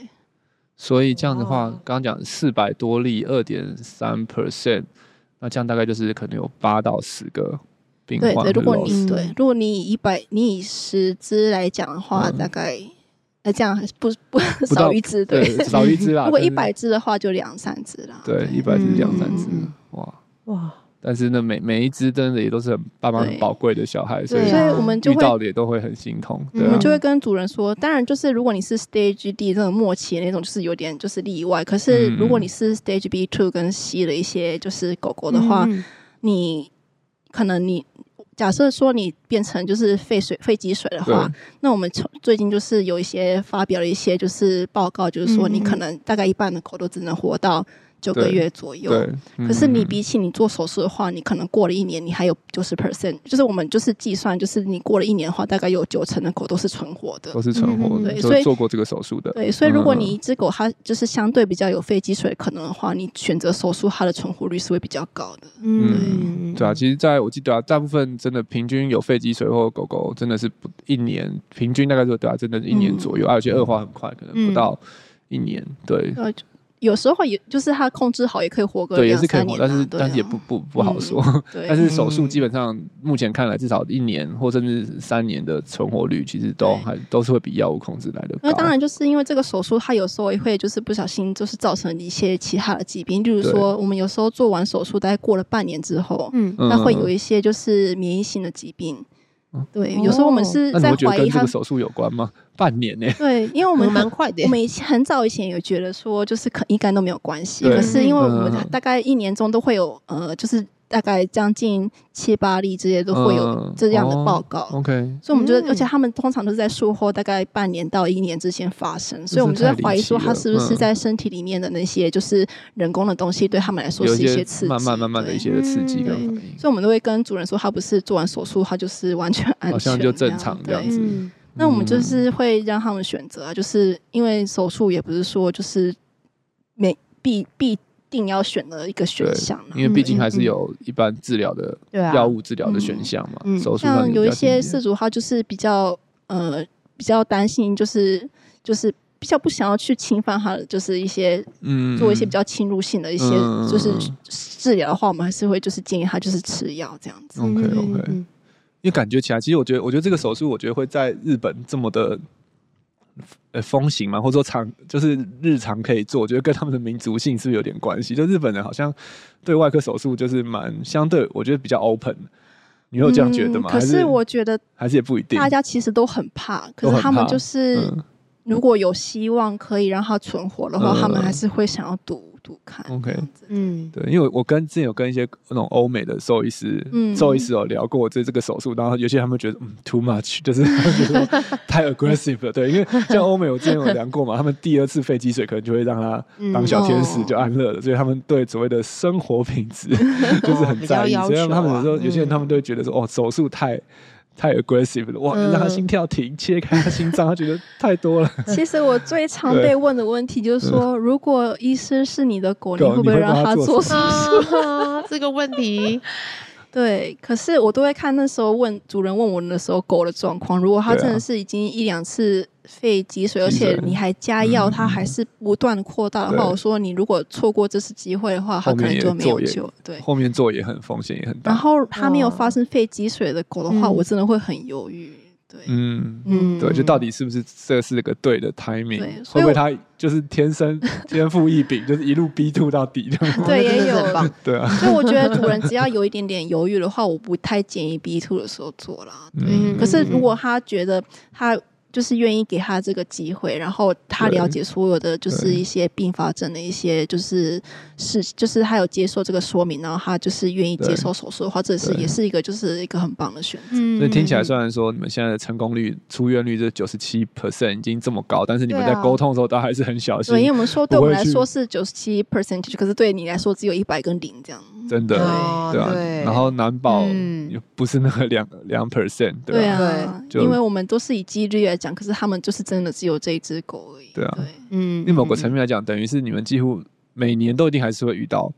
[SPEAKER 1] 所以这样的
[SPEAKER 4] 哇
[SPEAKER 1] 话，
[SPEAKER 3] 哦
[SPEAKER 1] 刚刚讲四百多例，二点三 percent，那这样大概就是可能有八到十个病
[SPEAKER 3] 对
[SPEAKER 1] 患
[SPEAKER 3] 对，如果
[SPEAKER 1] 会 lost
[SPEAKER 3] 你
[SPEAKER 4] 嗯
[SPEAKER 3] 对，如果你以一百，你以十只来讲的话，
[SPEAKER 1] 嗯
[SPEAKER 3] 大概那这样还是不不
[SPEAKER 1] 不到
[SPEAKER 3] 少一只，对。
[SPEAKER 1] 对少一只啦，
[SPEAKER 3] 如果
[SPEAKER 1] 但
[SPEAKER 3] 一
[SPEAKER 1] 是
[SPEAKER 3] 百只的话，就两三只啦。
[SPEAKER 1] 对一百只两三只
[SPEAKER 4] 嗯嗯嗯，
[SPEAKER 1] 哇。
[SPEAKER 4] 哇，
[SPEAKER 1] 但是呢，每每一只真的也都是很爸妈很
[SPEAKER 3] 对
[SPEAKER 1] 宝贵的小孩，所以
[SPEAKER 4] 对
[SPEAKER 3] 所
[SPEAKER 4] 啊
[SPEAKER 3] 以我们就
[SPEAKER 1] 遇
[SPEAKER 3] 会
[SPEAKER 1] 到的也都会很心痛，对
[SPEAKER 3] 我
[SPEAKER 1] 啊
[SPEAKER 3] 们，就会跟主人说，当然就是如果你是 Stage D 这种末期的那种，就是有点就是例外。可是
[SPEAKER 1] 嗯
[SPEAKER 3] 如果你是 Stage B two 跟 C 的一些就是狗狗的话，
[SPEAKER 4] 嗯
[SPEAKER 3] 你可能你假设说你变成就是肺水肺积水的话
[SPEAKER 1] 对，
[SPEAKER 3] 那我们从最近就是有一些发表了一些就是报告，就是说
[SPEAKER 4] 嗯嗯
[SPEAKER 3] 你可能大概一半的狗都只能活到九个
[SPEAKER 1] 对
[SPEAKER 3] 月左右。
[SPEAKER 1] 对。嗯
[SPEAKER 3] 可是你比起你做手术的话，你可能过了一年，你还有九十 percent，就是我们就是计算，就是你过了一年的话，大概有九成的狗都是存活的
[SPEAKER 1] 都。是存活
[SPEAKER 4] 嗯嗯嗯
[SPEAKER 1] 的，
[SPEAKER 3] 对
[SPEAKER 1] 都
[SPEAKER 3] 所以
[SPEAKER 1] 做过这个手术的，
[SPEAKER 3] 对，所以如果
[SPEAKER 1] 嗯
[SPEAKER 3] 你一只狗它就是相对比较有肺积水可能的话，你选择手术，它的存活率是会比较高的。
[SPEAKER 4] 嗯
[SPEAKER 1] 对啊，其实在我记得啊，大部分真的平均有肺积水或狗狗真的是不一年，平均大概就对啊，真的是一年
[SPEAKER 3] 嗯
[SPEAKER 1] 左右，而且恶化很快，可能不
[SPEAKER 4] 嗯
[SPEAKER 1] 到一年，对，
[SPEAKER 3] 呃，有时候也就是他控制好，也可以活个
[SPEAKER 1] 对，也
[SPEAKER 3] 两
[SPEAKER 1] 是可以
[SPEAKER 3] 三
[SPEAKER 1] 活，
[SPEAKER 3] 年
[SPEAKER 1] 但是
[SPEAKER 3] 啊对啊
[SPEAKER 1] 但是也不不不好
[SPEAKER 3] 嗯
[SPEAKER 1] 说。
[SPEAKER 3] 对
[SPEAKER 1] 但是手术
[SPEAKER 5] 嗯
[SPEAKER 1] 基本上目前看来，至少一年或甚至三年的存活率，其实都
[SPEAKER 3] 对
[SPEAKER 1] 还都是会比药物控制来的高。
[SPEAKER 3] 那当然，就是因为这个手术，它有时候也会就是不小心，就是造成一些其他的疾病，例如说，我们有时候做完手术，大概过了半年之后，
[SPEAKER 4] 嗯，
[SPEAKER 1] 嗯，
[SPEAKER 3] 它会有
[SPEAKER 1] 嗯
[SPEAKER 3] 一些就是免疫性的疾病
[SPEAKER 1] 嗯。
[SPEAKER 3] 对，有时候我们是
[SPEAKER 1] 那你
[SPEAKER 3] 在
[SPEAKER 1] 会觉得
[SPEAKER 3] 怀
[SPEAKER 1] 跟
[SPEAKER 3] 疑
[SPEAKER 1] 这
[SPEAKER 3] 它
[SPEAKER 1] 个，手术有关吗？半年呢、
[SPEAKER 3] 对，因为我
[SPEAKER 4] 我们
[SPEAKER 3] 们很
[SPEAKER 4] 蛮快的
[SPEAKER 3] 我，们以前很早以前有觉得说，就是可应该都没有关系，
[SPEAKER 1] 对
[SPEAKER 3] 可是因为我
[SPEAKER 1] 嗯
[SPEAKER 3] 们
[SPEAKER 1] 嗯嗯
[SPEAKER 3] 大概一年中都会有呃，就是大概将近七八例之类都会有
[SPEAKER 1] 嗯
[SPEAKER 3] 这样的
[SPEAKER 1] 哦
[SPEAKER 3] 报告。
[SPEAKER 1] OK，
[SPEAKER 3] 所以我们觉得，
[SPEAKER 4] 嗯
[SPEAKER 3] 而且他们通常都是在术后大概半年到一年之前发生，所以我们就在怀疑说，他是不
[SPEAKER 1] 嗯
[SPEAKER 3] 是在身体里面的那些就是人工的东西，对他们来说
[SPEAKER 1] 有
[SPEAKER 3] 是
[SPEAKER 1] 一些
[SPEAKER 3] 刺激，
[SPEAKER 1] 慢慢慢慢的
[SPEAKER 3] 对
[SPEAKER 1] 一些的刺激
[SPEAKER 4] 嗯
[SPEAKER 1] 跟
[SPEAKER 4] 对
[SPEAKER 1] 反应，
[SPEAKER 3] 所以我们都会跟主人说，他不是做完手术，他就是完全安全，
[SPEAKER 1] 好像就正常
[SPEAKER 3] 这样
[SPEAKER 1] 这样
[SPEAKER 3] 对
[SPEAKER 1] 子
[SPEAKER 4] 嗯，
[SPEAKER 3] 那我们就是会让他们选择啊，就是因为手术也不是说就是每必必定要选的一个选
[SPEAKER 1] 对
[SPEAKER 3] 项啊嘛，
[SPEAKER 1] 因为毕竟
[SPEAKER 4] 嗯
[SPEAKER 1] 还是
[SPEAKER 4] 嗯
[SPEAKER 1] 有一般治疗的
[SPEAKER 4] 对啊，
[SPEAKER 1] 药物治疗的
[SPEAKER 3] 嗯
[SPEAKER 1] 选项嘛，
[SPEAKER 4] 嗯
[SPEAKER 1] 手术上
[SPEAKER 3] 像
[SPEAKER 1] 也
[SPEAKER 3] 有一
[SPEAKER 1] 比较经
[SPEAKER 3] 些
[SPEAKER 1] 典
[SPEAKER 3] 事主他就是比较呃比较担心，就是就是比较不想要去侵犯他的，就是一些
[SPEAKER 1] 嗯
[SPEAKER 3] 做一些比较侵入性的一些
[SPEAKER 1] 嗯
[SPEAKER 3] 就是
[SPEAKER 1] 嗯嗯
[SPEAKER 3] 治疗的话，我们还是会就是建议他就是吃药这样子。
[SPEAKER 1] OK OK，、
[SPEAKER 4] 嗯
[SPEAKER 1] 因为感觉起来，其实我觉得，我觉得这个手术，我觉得会在日本这么的呃风行嘛，或者说常就是日常可以做，我觉得跟他们的民族性是不是有点关系？就日本人好像对外科手术就是蛮相对，我觉得比较 open。你有这样觉得吗？
[SPEAKER 3] 嗯可
[SPEAKER 1] 还
[SPEAKER 3] 是我觉得
[SPEAKER 1] 还是也不一定。
[SPEAKER 3] 大家其实都很怕，
[SPEAKER 1] 都
[SPEAKER 3] 可
[SPEAKER 1] 很
[SPEAKER 3] 是他们
[SPEAKER 1] 怕
[SPEAKER 3] 就是
[SPEAKER 1] 嗯
[SPEAKER 3] 如果有希望可以让他存活的话，
[SPEAKER 1] 嗯
[SPEAKER 3] 他们还是会想要赌赌看。
[SPEAKER 1] OK
[SPEAKER 3] 这样子
[SPEAKER 4] 嗯，
[SPEAKER 1] 对，因为我跟之前有跟一些那种欧美的兽医师、
[SPEAKER 3] 嗯
[SPEAKER 1] 兽医师有聊过这这个手术，然后有些他们觉得嗯 too much，就是 觉得说太 aggressive 了。对，因为像欧美我之前有量过嘛，他们第二次肺积水可能就会让他当小天使
[SPEAKER 4] 哦
[SPEAKER 3] 嗯
[SPEAKER 1] 就安乐了，所以他们对所谓的生活 品质就是很在意，
[SPEAKER 4] 哦比较要
[SPEAKER 1] 所以他们
[SPEAKER 4] 求
[SPEAKER 1] 有
[SPEAKER 4] 啊
[SPEAKER 1] 时候有些人
[SPEAKER 4] 嗯
[SPEAKER 1] 他们都会觉得说哦手术太。太 aggressive 了，哇！让他
[SPEAKER 4] 嗯
[SPEAKER 1] 心跳停，切开他心脏，他觉得太 多了。
[SPEAKER 3] 其实我 最常被问的问题就是说，如果医师是你的狗，你
[SPEAKER 1] 狗嗯
[SPEAKER 3] 会不
[SPEAKER 1] 你
[SPEAKER 3] 会
[SPEAKER 1] 会
[SPEAKER 3] 让
[SPEAKER 1] 帮它
[SPEAKER 3] 它
[SPEAKER 1] 做
[SPEAKER 3] 做
[SPEAKER 1] 什
[SPEAKER 3] 手 术？
[SPEAKER 4] 啊，这个问题，
[SPEAKER 3] 对，可是我都会看那时候问主人问我的时候狗的状况，如果它
[SPEAKER 1] 对啊
[SPEAKER 3] 真的是已经一两次肺积水，而
[SPEAKER 1] 积水嗯
[SPEAKER 3] 且你还加药，它还是不断的扩大的话，
[SPEAKER 1] 对
[SPEAKER 3] 我说你如果错过这次机会的话，它
[SPEAKER 1] 后
[SPEAKER 3] 可
[SPEAKER 1] 面
[SPEAKER 3] 能
[SPEAKER 1] 也
[SPEAKER 3] 就没有
[SPEAKER 1] 做也
[SPEAKER 3] 救。对，
[SPEAKER 1] 后面做也很风险也很大。
[SPEAKER 3] 然，后它没有
[SPEAKER 4] 哇
[SPEAKER 3] 发
[SPEAKER 1] 嗯
[SPEAKER 3] 生肺积水的狗的话，
[SPEAKER 4] 嗯
[SPEAKER 3] 我真的会很犹豫。对，
[SPEAKER 1] 嗯，
[SPEAKER 4] 嗯，
[SPEAKER 1] 对，就到底是不是这是个对的 timing？
[SPEAKER 3] 对
[SPEAKER 1] 会
[SPEAKER 3] 所以
[SPEAKER 1] 不会
[SPEAKER 3] 我
[SPEAKER 1] 他就是天生 天赋异禀，就是一路逼吐到底这样子？
[SPEAKER 3] 对，也
[SPEAKER 4] 真的是很
[SPEAKER 3] 有
[SPEAKER 4] 棒
[SPEAKER 1] 对啊，
[SPEAKER 3] 所以我觉得主人只要有一点点犹豫的话，我不太建议 B two 的时候做啦。对，
[SPEAKER 1] 嗯
[SPEAKER 3] 可是如果他觉得他就是愿意给他这个机会，然后他了解所有的就是一些并发症的一些就是是就是他有接受这个说明，然后他就是愿意接受手术的话，这是
[SPEAKER 1] 对
[SPEAKER 3] 也是一个就是一个很棒的选择。
[SPEAKER 4] 嗯，
[SPEAKER 1] 所以听起来虽然说你们现在的成功率、出院率这九十七 percent 已经这么高，但是你们在
[SPEAKER 4] 对啊
[SPEAKER 1] 沟通的时候，大家还是很小
[SPEAKER 3] 对，因为
[SPEAKER 1] 心，
[SPEAKER 3] 我们说
[SPEAKER 1] 不
[SPEAKER 3] 对我们
[SPEAKER 1] 会
[SPEAKER 3] 来
[SPEAKER 1] 去
[SPEAKER 3] 说是九十七 percentage，可是对你来说只有一百跟零这样。
[SPEAKER 1] 真的，
[SPEAKER 4] 哦
[SPEAKER 1] 对啊
[SPEAKER 4] 对。
[SPEAKER 1] 然后难保
[SPEAKER 4] 嗯
[SPEAKER 1] 又不是那个两两 percent，
[SPEAKER 3] 对
[SPEAKER 1] 啊，
[SPEAKER 3] 啊，
[SPEAKER 1] 就
[SPEAKER 3] 因为我们都是以几率来讲，可是他们就是真的只有这一只狗而已。
[SPEAKER 1] 对啊
[SPEAKER 4] 嗯，
[SPEAKER 1] 因为某个层
[SPEAKER 4] 面，
[SPEAKER 1] 面来讲，等于是你们几乎每年都一定还是会遇到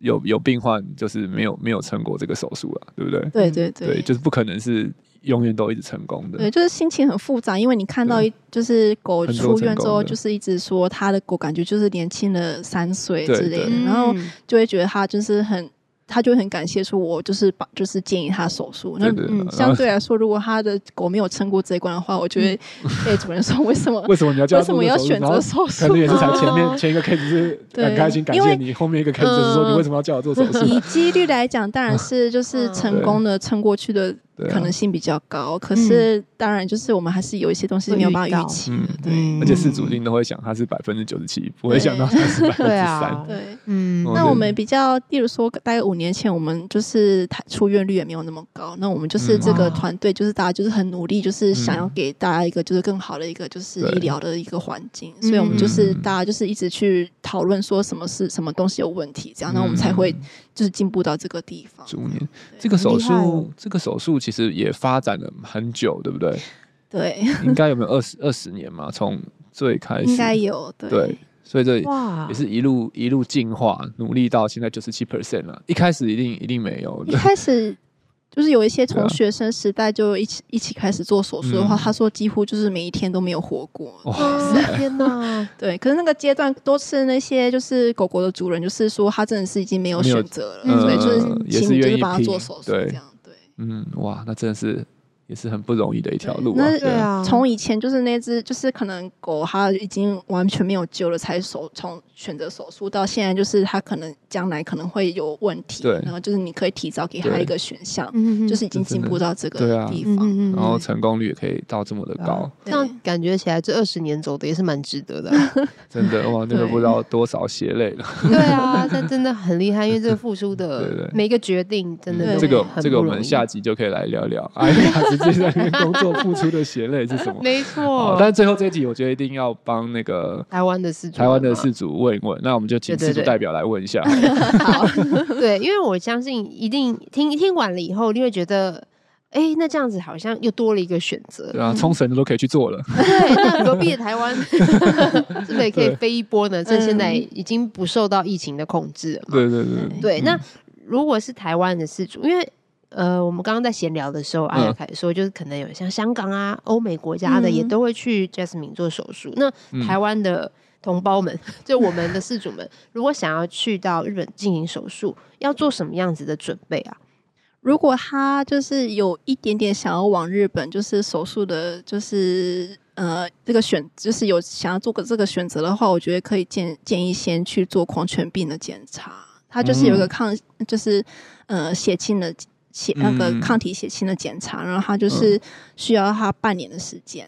[SPEAKER 1] 有有病患就是没有没有成果这个手术了，对不对？
[SPEAKER 3] 对对
[SPEAKER 1] 对，就是不可能是永远都一直成功的。
[SPEAKER 3] 对，就是心情很复杂，因为你看到一就是狗
[SPEAKER 1] 很多
[SPEAKER 3] 出院之
[SPEAKER 1] 成功
[SPEAKER 3] 后，
[SPEAKER 1] 的
[SPEAKER 3] 就是一直说他的狗感觉就是年轻了三岁
[SPEAKER 1] 对
[SPEAKER 3] 之类的
[SPEAKER 1] 对，
[SPEAKER 3] 嗯然
[SPEAKER 4] 嗯
[SPEAKER 3] 后就会觉得他就是很。他就会很感谢说，我就是把就是建议他手术。那
[SPEAKER 1] 对对
[SPEAKER 3] 嗯
[SPEAKER 1] 然后
[SPEAKER 3] 相对来说，如果他的狗没有撑过这一关的话，我就会 被主人说为什么
[SPEAKER 1] 为什么你要这
[SPEAKER 3] 为
[SPEAKER 1] 样
[SPEAKER 3] 什
[SPEAKER 1] 做这个手术？
[SPEAKER 3] 么要选
[SPEAKER 1] 然
[SPEAKER 3] 择
[SPEAKER 1] 后
[SPEAKER 3] 手
[SPEAKER 1] 可能
[SPEAKER 3] 术？
[SPEAKER 1] 也是才前面
[SPEAKER 4] 啊
[SPEAKER 1] 前一个 case 是很
[SPEAKER 3] 对
[SPEAKER 1] 开心感
[SPEAKER 3] 因
[SPEAKER 1] 谢
[SPEAKER 3] 为嗯
[SPEAKER 1] 你，后面一个 case 就是说你为什么要叫我做手术？
[SPEAKER 3] 以几率来讲，当然是就是
[SPEAKER 4] 嗯
[SPEAKER 3] 成
[SPEAKER 1] 对
[SPEAKER 3] 功的撑过去的
[SPEAKER 1] 对啊
[SPEAKER 3] 可能性比较高。可是当然就是我们还是有一些东西
[SPEAKER 4] 嗯会
[SPEAKER 3] 没有
[SPEAKER 4] 遇
[SPEAKER 3] 办法
[SPEAKER 4] 到
[SPEAKER 3] 预期
[SPEAKER 1] 嗯
[SPEAKER 3] 的，对。
[SPEAKER 1] 而且事主一定都会想他是百分之九十七，不会想到他是百分之
[SPEAKER 4] 对
[SPEAKER 1] 三
[SPEAKER 4] 啊。
[SPEAKER 3] 对，
[SPEAKER 4] 嗯，
[SPEAKER 1] 哦
[SPEAKER 3] 那我们比较，例如说，大概五年前，我们就是台出院率也没有那么高。那我们就是这个
[SPEAKER 4] 嗯
[SPEAKER 3] 团队，就是大家就是很努力，就是想要
[SPEAKER 1] 嗯
[SPEAKER 3] 给大家一个就是更好的一个就是
[SPEAKER 1] 对
[SPEAKER 3] 医疗的一个环境。所以我们就是
[SPEAKER 1] 嗯
[SPEAKER 3] 大家就是一直去讨论说什么是什么东西有问题，这样，那我
[SPEAKER 1] 嗯
[SPEAKER 3] 们才会就是进步到这个地方。
[SPEAKER 1] 逐年
[SPEAKER 3] 对
[SPEAKER 1] 这个手
[SPEAKER 4] 很厉害哦
[SPEAKER 1] 术，这个手术其实也发展了很久，对不对？
[SPEAKER 3] 对，
[SPEAKER 1] 应该有没有二十二十年嘛？从最开始
[SPEAKER 3] 应该有欸
[SPEAKER 1] 对，所以这
[SPEAKER 4] 哇
[SPEAKER 1] 也，是一路一 路进化，努力到现在九十七 percent 了。一开始一定一定没有
[SPEAKER 3] 一
[SPEAKER 1] 的，
[SPEAKER 3] 开始就是有一些
[SPEAKER 1] 对啊
[SPEAKER 3] 从学生时代就一起一起开始做手术的话，
[SPEAKER 1] 嗯
[SPEAKER 3] 他说几乎就是每一天都没有活过。
[SPEAKER 1] 哇
[SPEAKER 2] 哦天 哪，
[SPEAKER 3] 对，可是那个阶段都是那些就是狗狗的主人，就是说他真的是已经没有
[SPEAKER 1] 没有
[SPEAKER 3] 选择了，
[SPEAKER 1] 嗯
[SPEAKER 3] 对，就是
[SPEAKER 1] 也是
[SPEAKER 3] 请你就
[SPEAKER 1] 愿
[SPEAKER 3] 是
[SPEAKER 1] 意
[SPEAKER 3] 帮他
[SPEAKER 1] 拼
[SPEAKER 3] 做手术
[SPEAKER 1] 对
[SPEAKER 3] 这样。对，
[SPEAKER 1] 嗯，哇，那真的是也是很不容易的一条路啊。
[SPEAKER 3] 那
[SPEAKER 2] 对啊，
[SPEAKER 3] 从以前就是那只就是可能狗它已经完全没有救了，才手从选择手术到现在，就是它可能将来可能会有问题，
[SPEAKER 1] 对
[SPEAKER 3] 然后就是你可以提早给它
[SPEAKER 1] 对
[SPEAKER 3] 一个选项，
[SPEAKER 2] 嗯
[SPEAKER 3] 就是已经进步到这
[SPEAKER 1] 这真的对
[SPEAKER 3] 个
[SPEAKER 1] 啊
[SPEAKER 3] 地
[SPEAKER 2] 嗯
[SPEAKER 3] 方。
[SPEAKER 2] 嗯嗯啊
[SPEAKER 1] 然后成功率也可以到这么的高，
[SPEAKER 2] 这
[SPEAKER 3] 对
[SPEAKER 2] 样感觉起来这二十年走的也是蛮值得的。
[SPEAKER 1] 真的 哇，那个
[SPEAKER 3] 对
[SPEAKER 1] 不知道多少血泪了。
[SPEAKER 2] 对啊，但真的很厉害，因为这个付出
[SPEAKER 1] 对对嗯
[SPEAKER 2] 的每一个决定真的
[SPEAKER 3] 对
[SPEAKER 2] 都
[SPEAKER 1] 这个
[SPEAKER 2] 很不
[SPEAKER 1] 这个我们
[SPEAKER 2] 容易
[SPEAKER 1] 下集就可以来聊聊，哎呀，直接在那边工作付出的血泪是什么？
[SPEAKER 2] 没
[SPEAKER 1] 好
[SPEAKER 2] 错，
[SPEAKER 1] 但最后这一集我觉得一定要帮那个
[SPEAKER 2] 台湾的事，啊
[SPEAKER 1] 台湾的事主问一问，那我们就请
[SPEAKER 2] 对对
[SPEAKER 1] 事主
[SPEAKER 2] 对
[SPEAKER 1] 代表来问一 下。
[SPEAKER 2] 好， 对，因为我相信一定听听完了以后，你会觉得，哎、那这样子好像又多了一个选择。
[SPEAKER 1] 对啊，冲绳的都可以去做 了，
[SPEAKER 2] 对，那隔壁的台湾 是不是也可以
[SPEAKER 1] 对
[SPEAKER 2] 飞一波呢？趁现在
[SPEAKER 3] 嗯
[SPEAKER 2] 已经不受到疫情的控制了嘛。
[SPEAKER 1] 对对对
[SPEAKER 2] 对，
[SPEAKER 1] 嗯
[SPEAKER 2] 那如果是台湾的事主，因为呃，我们刚刚在闲聊的时候，阿雅
[SPEAKER 1] 嗯
[SPEAKER 2] 凯说，就是可能有像香港啊、欧美国家的
[SPEAKER 3] 嗯
[SPEAKER 2] 也都会去 Jasmine 做手术。那
[SPEAKER 1] 嗯
[SPEAKER 2] 台湾的同胞们，就我们的事主们，如果想要去到日本进行手术，要做什么样子的准备啊？
[SPEAKER 3] 如果他就是有一点点想要往日本，就是手术的，就是呃这个选，就是有想要做个这个选择的话，我觉得可以建建议先去做狂犬病的检查，它就是有一个
[SPEAKER 1] 嗯
[SPEAKER 3] 抗，就是呃血清的血那个
[SPEAKER 1] 嗯
[SPEAKER 3] 抗体血清的检查，然后它就是需要它半年的时间，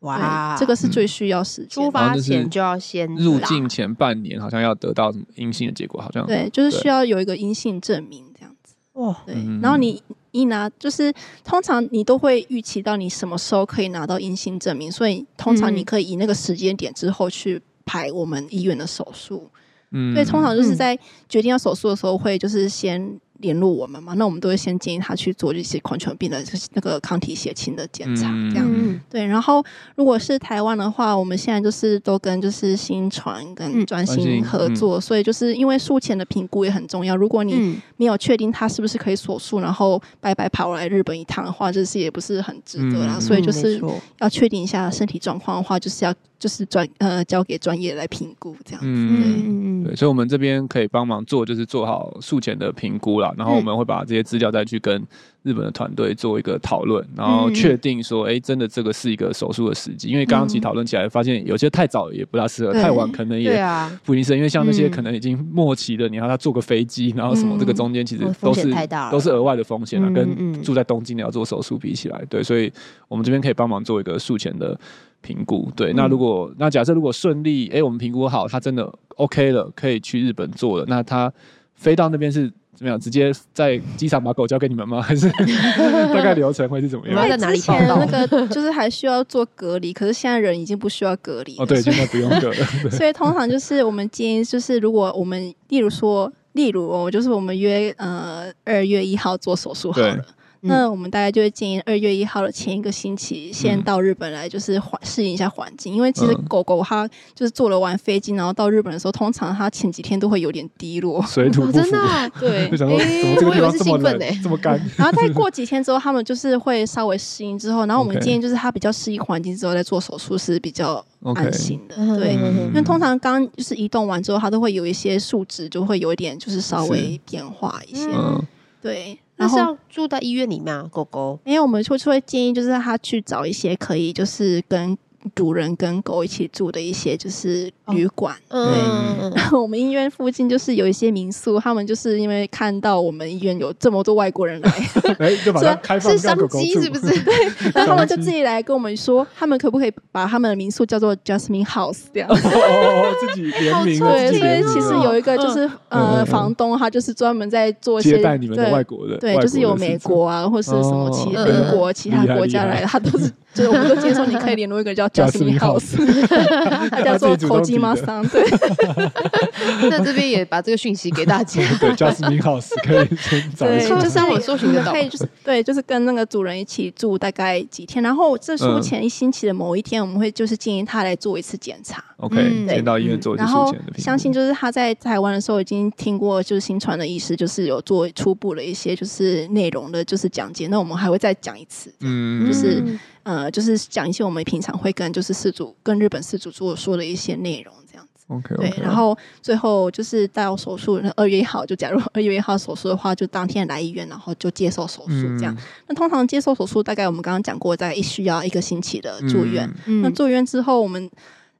[SPEAKER 2] 哇，
[SPEAKER 3] 对这个是
[SPEAKER 1] 嗯
[SPEAKER 3] 最需要时间
[SPEAKER 2] 出
[SPEAKER 3] 的。
[SPEAKER 1] 然后
[SPEAKER 2] 发
[SPEAKER 1] 就是
[SPEAKER 2] 前就要先
[SPEAKER 1] 入
[SPEAKER 2] 打
[SPEAKER 1] 境前半年好像要得到什么阴性的结果，好像
[SPEAKER 3] 对，就是
[SPEAKER 1] 对
[SPEAKER 3] 需要有一个阴性证明这样子。
[SPEAKER 2] 哇，
[SPEAKER 3] 对
[SPEAKER 1] 嗯，
[SPEAKER 3] 然后你一拿，就是通常你都会预期到你什么时候可以拿到阴性证明，所以通常你
[SPEAKER 2] 嗯
[SPEAKER 3] 可以以那个时间点之后去排我们医院的手术。
[SPEAKER 1] 嗯
[SPEAKER 3] 所以通常就
[SPEAKER 2] 嗯
[SPEAKER 3] 是在决定要手术的时候，会就是先联络我们嘛，那我们都会先建议他去做一些狂犬病的就是那个抗体血清的检查，
[SPEAKER 1] 嗯
[SPEAKER 3] 这样
[SPEAKER 2] 嗯
[SPEAKER 3] 对。然后如果是台湾的话，我们现在就是都跟就是新传跟
[SPEAKER 2] 嗯
[SPEAKER 3] 专
[SPEAKER 1] 专心
[SPEAKER 3] 心合
[SPEAKER 1] 嗯
[SPEAKER 3] 作，所以就是因为术前的评估也很重要。如果你
[SPEAKER 2] 嗯，
[SPEAKER 3] 没有确定他是不是可以手术，然后白白跑来日本一趟的话，这是也不是很值得啦。
[SPEAKER 1] 嗯
[SPEAKER 3] 所以就
[SPEAKER 2] 嗯没
[SPEAKER 3] 是
[SPEAKER 2] 错
[SPEAKER 3] 要确定一下身体状况的话，就是要就是专呃交给专业来评估这样。
[SPEAKER 1] 嗯。
[SPEAKER 2] 嗯
[SPEAKER 1] 对，所以我们这边可以帮忙做，就是做好术前的评估啦，然后我们会把这些资料再去跟日本的团队做一个讨论，然后确定说，哎、真的这个是一个手术的时机，因为刚刚其实讨论起来，发现有些太早也不大适合，
[SPEAKER 3] 对
[SPEAKER 1] 太晚可能
[SPEAKER 2] 对
[SPEAKER 1] 也
[SPEAKER 2] 啊，
[SPEAKER 1] 不一定是，因为像那些
[SPEAKER 2] 嗯
[SPEAKER 1] 可能已经末期的，你让他坐个飞机，然后什么，
[SPEAKER 3] 嗯
[SPEAKER 1] 这个中间其实
[SPEAKER 2] 哦
[SPEAKER 1] 都
[SPEAKER 2] 风险
[SPEAKER 1] 是
[SPEAKER 2] 太大了
[SPEAKER 1] 都是额外的风险啊，
[SPEAKER 2] 嗯嗯
[SPEAKER 1] 跟
[SPEAKER 2] 嗯
[SPEAKER 1] 住在东京的要做手术比起来，对，所以我们这边可以帮忙做一个术前的评估，
[SPEAKER 2] 嗯
[SPEAKER 1] 对。那如果那假设如果顺利，哎，我们评估好，他真的 OK 了，可以去日本做了，那他飞到那边是怎么样？直接在机场把狗交给你们吗？还是 大概流程会是怎么
[SPEAKER 2] 我们要
[SPEAKER 1] 样？
[SPEAKER 2] 在哪
[SPEAKER 3] 之
[SPEAKER 2] 里报
[SPEAKER 3] 前
[SPEAKER 2] 道
[SPEAKER 3] 那？个 就是还需要做隔离，可是现在人已经不需要隔离了
[SPEAKER 1] 哦， 对，
[SPEAKER 3] 所
[SPEAKER 1] 现
[SPEAKER 3] 以
[SPEAKER 1] 在不用隔了，
[SPEAKER 3] 所以通常就是我们建议，就是如果我们例如说，例如哦，就是我们约呃二月一号做手术好
[SPEAKER 1] 对
[SPEAKER 3] 了。
[SPEAKER 1] 嗯
[SPEAKER 3] 那我们大概就会建议二月一号的前一个星期，先
[SPEAKER 1] 嗯
[SPEAKER 3] 到日本来，就是环适应一下环境。因为其实
[SPEAKER 1] 嗯，
[SPEAKER 3] 狗狗它就是坐了完飞机，然后到日本的时候，通常它前几天都会有点低 落
[SPEAKER 1] 水土
[SPEAKER 2] 哦
[SPEAKER 1] 不
[SPEAKER 2] 真
[SPEAKER 1] 服
[SPEAKER 2] 的。啊，
[SPEAKER 3] 对
[SPEAKER 1] 就。想说，
[SPEAKER 2] 诶
[SPEAKER 1] 怎么这个
[SPEAKER 2] 我
[SPEAKER 1] 地
[SPEAKER 2] 以为
[SPEAKER 1] 方
[SPEAKER 2] 是
[SPEAKER 1] 这么
[SPEAKER 2] 兴奋
[SPEAKER 1] 冷
[SPEAKER 2] 欸，
[SPEAKER 1] 这么干？
[SPEAKER 3] 然后再过几天之后，它们就是会稍微适应之后，然后我们
[SPEAKER 1] OK
[SPEAKER 3] 建议就是它比较适应环境之后再做手术是比较
[SPEAKER 1] OK
[SPEAKER 3] 安心的，
[SPEAKER 2] 嗯
[SPEAKER 3] 对。
[SPEAKER 1] 嗯
[SPEAKER 3] 因为通常刚就是移动完之后，它都会有一些数值就会有一点就是稍微变化一些，
[SPEAKER 1] 嗯，
[SPEAKER 3] 对。
[SPEAKER 2] 那
[SPEAKER 3] 然
[SPEAKER 2] 是
[SPEAKER 3] 后
[SPEAKER 2] 要住在医院里面啊，狗狗。
[SPEAKER 3] 因为我们就就会建议，就是他去找一些可以就是跟主人跟狗一起住的一些就是
[SPEAKER 1] 哦
[SPEAKER 3] 旅馆。
[SPEAKER 2] 嗯，
[SPEAKER 3] 我们医院附近就是有一些民宿，他们就是因为看到我们医院有这么多外国人 来，
[SPEAKER 1] 哎，就把它开放
[SPEAKER 2] 是
[SPEAKER 1] 让
[SPEAKER 2] 商
[SPEAKER 1] 狗狗
[SPEAKER 2] 机
[SPEAKER 1] 住
[SPEAKER 2] 是不？是？对，
[SPEAKER 3] 然后他们就自己来跟我们说，他们可不可以把他们的民宿叫做 Jasmine House 这样。
[SPEAKER 1] 哦，自己联名
[SPEAKER 2] 好
[SPEAKER 1] 了，
[SPEAKER 3] 对，
[SPEAKER 1] 自己
[SPEAKER 3] 所
[SPEAKER 1] 联
[SPEAKER 3] 以
[SPEAKER 1] 名了
[SPEAKER 3] 其实有一个就是、
[SPEAKER 1] 嗯嗯
[SPEAKER 3] 呃
[SPEAKER 1] 嗯
[SPEAKER 3] 房东，他就是专门在做一些
[SPEAKER 1] 接待你们的
[SPEAKER 3] 对
[SPEAKER 1] 外国人，
[SPEAKER 3] 对，
[SPEAKER 1] 外
[SPEAKER 3] 就是有
[SPEAKER 1] 国的
[SPEAKER 3] 美
[SPEAKER 1] 市场
[SPEAKER 3] 国啊，或是什么其
[SPEAKER 1] 哦
[SPEAKER 3] 英国其他
[SPEAKER 1] 厉害
[SPEAKER 3] 国家
[SPEAKER 1] 厉害
[SPEAKER 3] 来的，他都是就是我们都接受你可以联络一个叫叫
[SPEAKER 1] Jasmine
[SPEAKER 3] Jasmine House，叫做
[SPEAKER 1] 自己主动
[SPEAKER 3] Kojima
[SPEAKER 1] 取
[SPEAKER 3] San，对，
[SPEAKER 2] 那这边也把这个讯息给大 家。
[SPEAKER 1] 对，Jasmine House 可以先找一
[SPEAKER 3] 对，
[SPEAKER 1] 下
[SPEAKER 2] 就。是上网搜寻得到
[SPEAKER 3] 可以就是对，就是跟那个主人一起住大概几天，然后这术
[SPEAKER 1] 嗯
[SPEAKER 3] 前一星期的某一天，我们会就是建议他来做一次检查。
[SPEAKER 1] OK，
[SPEAKER 2] 嗯对
[SPEAKER 1] 先到医院做一次
[SPEAKER 3] 然
[SPEAKER 1] 术
[SPEAKER 3] 后
[SPEAKER 1] 前的评估。
[SPEAKER 3] 相信就是他在台湾的时候已经听过，就是新传的医师就是有做初步的一些就是内容的，就是讲解。那我们还会再讲一次，
[SPEAKER 1] 嗯，
[SPEAKER 3] 就是呃，就是讲一些我们平常会跟就是事主跟日本事主做说的一些内容这样子。
[SPEAKER 1] OK，
[SPEAKER 3] 对，然后最后就是到手术二月一号，就假如 二月一号手术的话，就当天来医院，然后就接受手术
[SPEAKER 1] 嗯
[SPEAKER 3] 这样。那通常接受手术大概我们刚刚讲过，大概一需要一个星期的住院。，
[SPEAKER 2] 嗯
[SPEAKER 3] 那住院之后，我们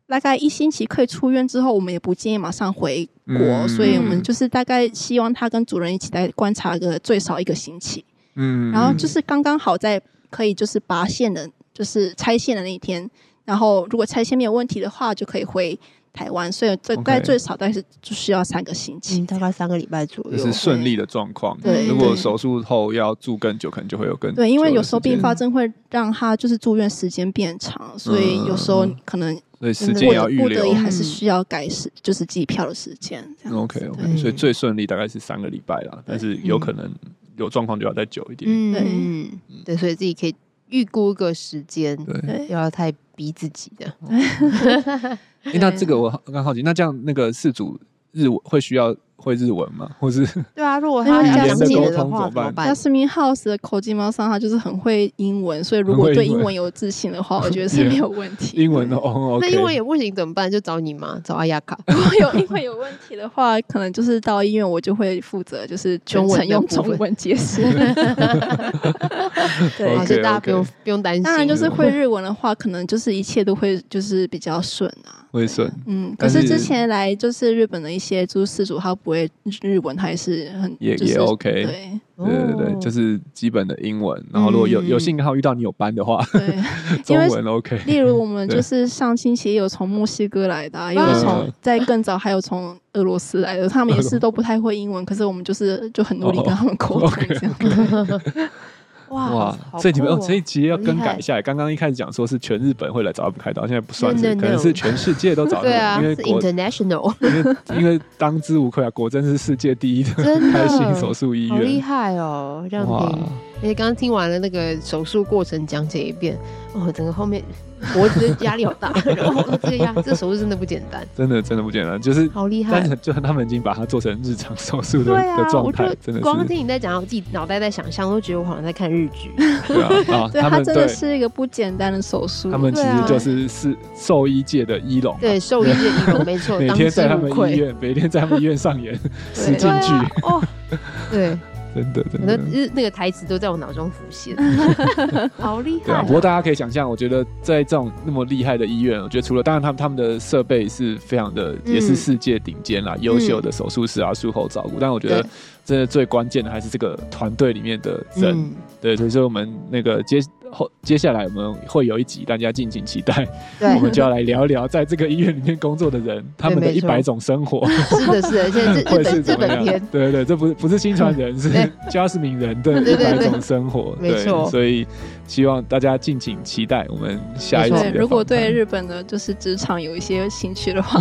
[SPEAKER 3] 大概一星期可以出院之后，我们也不建议马上回国，
[SPEAKER 1] 嗯
[SPEAKER 3] 所以我
[SPEAKER 1] 嗯
[SPEAKER 3] 们就是大概希望他跟主人一起来观察个最少一个星期，
[SPEAKER 1] 嗯，
[SPEAKER 3] 然后就是刚刚好在可以就是拔线的，就是拆线的那一天，然后如果拆线没有问题的话，就可以回台湾，所以最
[SPEAKER 1] OK
[SPEAKER 3] 大概最少大概是就需要三个星期。
[SPEAKER 6] 嗯，大概三个礼拜左右。
[SPEAKER 1] 就是顺利的状况。
[SPEAKER 3] 对
[SPEAKER 1] 如果
[SPEAKER 3] 对
[SPEAKER 1] 手术后要住更久，可能就会有更
[SPEAKER 3] 对，因为
[SPEAKER 1] 久的
[SPEAKER 3] 有时候
[SPEAKER 1] 时间
[SPEAKER 3] 并发症会让他就是住院时间变长，所以有时候
[SPEAKER 1] 嗯
[SPEAKER 3] 可能
[SPEAKER 1] 所以时
[SPEAKER 3] 不
[SPEAKER 1] 间也要
[SPEAKER 3] 得
[SPEAKER 1] 预
[SPEAKER 3] 不得
[SPEAKER 1] 留
[SPEAKER 3] 已。还是
[SPEAKER 2] 嗯
[SPEAKER 3] 需要改时，就是机票的时间。这样子
[SPEAKER 1] OK
[SPEAKER 3] 对
[SPEAKER 1] OK，所以
[SPEAKER 2] 嗯
[SPEAKER 1] 最顺利大概是三个礼拜啦，但是有可能有状况就要再久一点。
[SPEAKER 2] 嗯
[SPEAKER 3] 对
[SPEAKER 2] 嗯，对，所以自己可以预估个时间，
[SPEAKER 1] 对，
[SPEAKER 3] 对
[SPEAKER 2] 不要太逼自己的。
[SPEAKER 1] 诶那这个
[SPEAKER 2] 啊
[SPEAKER 1] 我好刚好奇，那这样那个事主日文会需要会日文吗？或是
[SPEAKER 2] 对啊，如果他
[SPEAKER 3] 那语
[SPEAKER 2] 要
[SPEAKER 3] 言
[SPEAKER 2] 讲
[SPEAKER 3] 的
[SPEAKER 2] 解
[SPEAKER 1] 沟
[SPEAKER 2] 的
[SPEAKER 1] 通
[SPEAKER 2] 话，
[SPEAKER 1] 怎么
[SPEAKER 2] 怎么
[SPEAKER 1] 办
[SPEAKER 3] 那
[SPEAKER 2] 办？
[SPEAKER 3] 市民 house 的口技猫上，他就是很会英文，所以如
[SPEAKER 1] 很
[SPEAKER 3] 果
[SPEAKER 1] 会
[SPEAKER 3] 对
[SPEAKER 1] 英文
[SPEAKER 3] 英文有自信的话，我觉得是
[SPEAKER 1] Yeah
[SPEAKER 3] 没有问 题。
[SPEAKER 1] 英文的哦
[SPEAKER 2] 那英文
[SPEAKER 1] ，OK，
[SPEAKER 2] 也不行怎么办？就找你妈，找阿雅卡。
[SPEAKER 3] 如果有英文有问题的话，可能就是到医院我就会负责就是全程用
[SPEAKER 2] 中文的部分
[SPEAKER 3] 中文 解释。对
[SPEAKER 1] OK，
[SPEAKER 2] 好，所以大家不用
[SPEAKER 1] OK
[SPEAKER 2] 不用担心。
[SPEAKER 3] 当然就是会日文的话，可能就是一切都会就是比较顺啊。
[SPEAKER 1] 会顺。
[SPEAKER 3] 嗯，可
[SPEAKER 1] 但
[SPEAKER 3] 是
[SPEAKER 1] 是
[SPEAKER 3] 之前来就是日本的一些就是事主，他不会日文，他也是很
[SPEAKER 1] 也
[SPEAKER 3] 就是
[SPEAKER 1] 也 OK 对
[SPEAKER 3] 对
[SPEAKER 1] 对对，
[SPEAKER 2] 哦嗯
[SPEAKER 1] 就是基本的英文。然后如果有有幸好遇到你有班的话，
[SPEAKER 3] 对，
[SPEAKER 1] 中
[SPEAKER 3] 因为
[SPEAKER 1] 文 OK。
[SPEAKER 3] 例如，我们
[SPEAKER 1] 嗯对
[SPEAKER 3] 就是上星期也有从墨西哥来的、啊，也
[SPEAKER 2] 哇
[SPEAKER 3] 有从在更早还有从俄罗斯来的，他们也是都不太会英文，可是我们就是就很努力
[SPEAKER 1] 哦
[SPEAKER 3] 跟他们沟通这 样。
[SPEAKER 1] 哇
[SPEAKER 2] 好，酷
[SPEAKER 1] 所以你们哦
[SPEAKER 2] 哦，
[SPEAKER 1] 所以其实要
[SPEAKER 2] 好厉
[SPEAKER 1] 更改
[SPEAKER 2] 害
[SPEAKER 1] 一下。刚刚一开始讲说是全日本会来找我们开刀，现在不算是，
[SPEAKER 2] No，no，
[SPEAKER 1] 可能
[SPEAKER 2] no
[SPEAKER 1] 是全世界都找他们，
[SPEAKER 2] 对啊，
[SPEAKER 1] 因为
[SPEAKER 2] 是
[SPEAKER 1] 国
[SPEAKER 2] international，
[SPEAKER 1] 因为因为当之无愧啊，果真是世界第一的
[SPEAKER 2] 真
[SPEAKER 1] 开心手
[SPEAKER 2] 的。
[SPEAKER 1] 术医
[SPEAKER 2] 好厉
[SPEAKER 1] 院。
[SPEAKER 2] 害哦！这样
[SPEAKER 1] 哇
[SPEAKER 2] 听，而且刚刚听完了那个手术过程讲解一遍，哦，整个 后面脖子的压力好大，然后这个压这手术真的不简单，
[SPEAKER 1] 真的真的不简单，就是，
[SPEAKER 2] 好厉害
[SPEAKER 1] 但！是就他们已经把它做成日常手术的
[SPEAKER 2] 对啊
[SPEAKER 1] 的，状
[SPEAKER 2] 我
[SPEAKER 1] 态
[SPEAKER 2] 就，
[SPEAKER 1] 真的
[SPEAKER 2] 光
[SPEAKER 1] 是
[SPEAKER 2] 听你在讲，我自己脑袋在想象，我都觉得我好像在看日 剧。
[SPEAKER 1] 对 啊啊，
[SPEAKER 3] 对
[SPEAKER 1] 他
[SPEAKER 3] 他
[SPEAKER 1] 们
[SPEAKER 3] 真的
[SPEAKER 1] 对，
[SPEAKER 3] 是一个不简单的手术，
[SPEAKER 1] 他们其
[SPEAKER 2] 对
[SPEAKER 1] 实
[SPEAKER 2] 啊
[SPEAKER 1] 就是是兽医界的医龙啊，
[SPEAKER 2] 对，兽医的仪容没错，
[SPEAKER 1] 每
[SPEAKER 2] 当
[SPEAKER 1] 天
[SPEAKER 2] 之
[SPEAKER 1] 在他们
[SPEAKER 2] 无
[SPEAKER 1] 医
[SPEAKER 2] 愧。
[SPEAKER 1] 院，每天在他们医院上演实
[SPEAKER 2] 对
[SPEAKER 1] 境剧，
[SPEAKER 2] 哦，对，
[SPEAKER 1] 真的真
[SPEAKER 2] 很多
[SPEAKER 1] 的。
[SPEAKER 2] 日那个台词都在我脑中浮现，好厉
[SPEAKER 1] 对啊，
[SPEAKER 2] 害哦！
[SPEAKER 1] 不过大家可以想象，我觉得在这种那么厉害的医院，我觉得除了当然他们他们的设备是非常的，
[SPEAKER 2] 嗯
[SPEAKER 1] 也是世界顶尖啦，优秀的手术室啊、术后照顾，但我觉得
[SPEAKER 2] 对
[SPEAKER 1] 真的最关键的还是这个团队里面的人。
[SPEAKER 2] 嗯，
[SPEAKER 1] 对，所以说我们那个接后接下来我们会有一集，大家敬请期待， 我
[SPEAKER 2] 对，
[SPEAKER 1] 们就要来聊聊在这个医院里面工作的人，他们的一
[SPEAKER 2] 没错
[SPEAKER 1] 百种生活。
[SPEAKER 2] 是的，嗯是的，现在这
[SPEAKER 1] 会
[SPEAKER 2] 日
[SPEAKER 1] 是
[SPEAKER 2] 本日
[SPEAKER 1] 怎么样
[SPEAKER 2] 本？片，
[SPEAKER 1] 对对，这不是不是新传人，是
[SPEAKER 2] 对
[SPEAKER 1] 加斯敏人的一
[SPEAKER 2] 对对
[SPEAKER 1] 百
[SPEAKER 2] 对
[SPEAKER 1] 种生活。
[SPEAKER 2] 没
[SPEAKER 1] 对
[SPEAKER 2] 错
[SPEAKER 1] 所以希望大家敬请期待我们下一集的访
[SPEAKER 2] 没错
[SPEAKER 3] 对，
[SPEAKER 1] 谈。
[SPEAKER 3] 如果对日本的就是职场有一些兴趣 的话，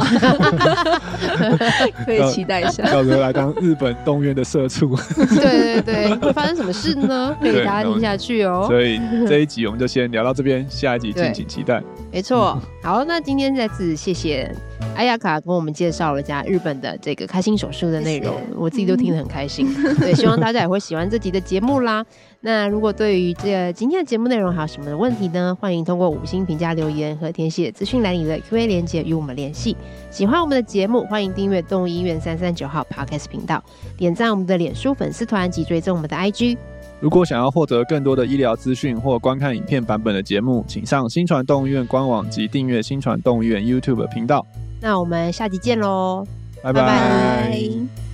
[SPEAKER 3] 可以期待一下。
[SPEAKER 1] 到时候来当日本动员的社畜，
[SPEAKER 2] 对对对，会发生什么事呢？可以
[SPEAKER 1] 对
[SPEAKER 2] 大家听下去哦。
[SPEAKER 1] 所以这一集我们就先聊到这边，下一集敬请期待。
[SPEAKER 2] 没 错，好，那今天再次谢谢艾亚卡跟我们介绍了一下日本的这个开心手术的内容，
[SPEAKER 3] 谢谢嗯
[SPEAKER 2] 我自己都听得很开心。 对，希望大家也会喜欢这集的节目啦。那如果对于这个今天的节目内容还有什么问题呢？欢迎通过五星评价留言和填写资讯栏里的 Q&A 连接与我们联系。喜欢我们的节目，欢迎订阅动物医院三三九号 Podcast 频道，点赞我们的脸书粉丝团及追踪我们的 IG。
[SPEAKER 1] 如果想要获得更多的医疗资讯或观看影片版本的节目，请上新传动物院官网及订阅新传动物院 YouTube 频道。
[SPEAKER 2] 那我们下集见喽！
[SPEAKER 1] 拜
[SPEAKER 2] 拜拜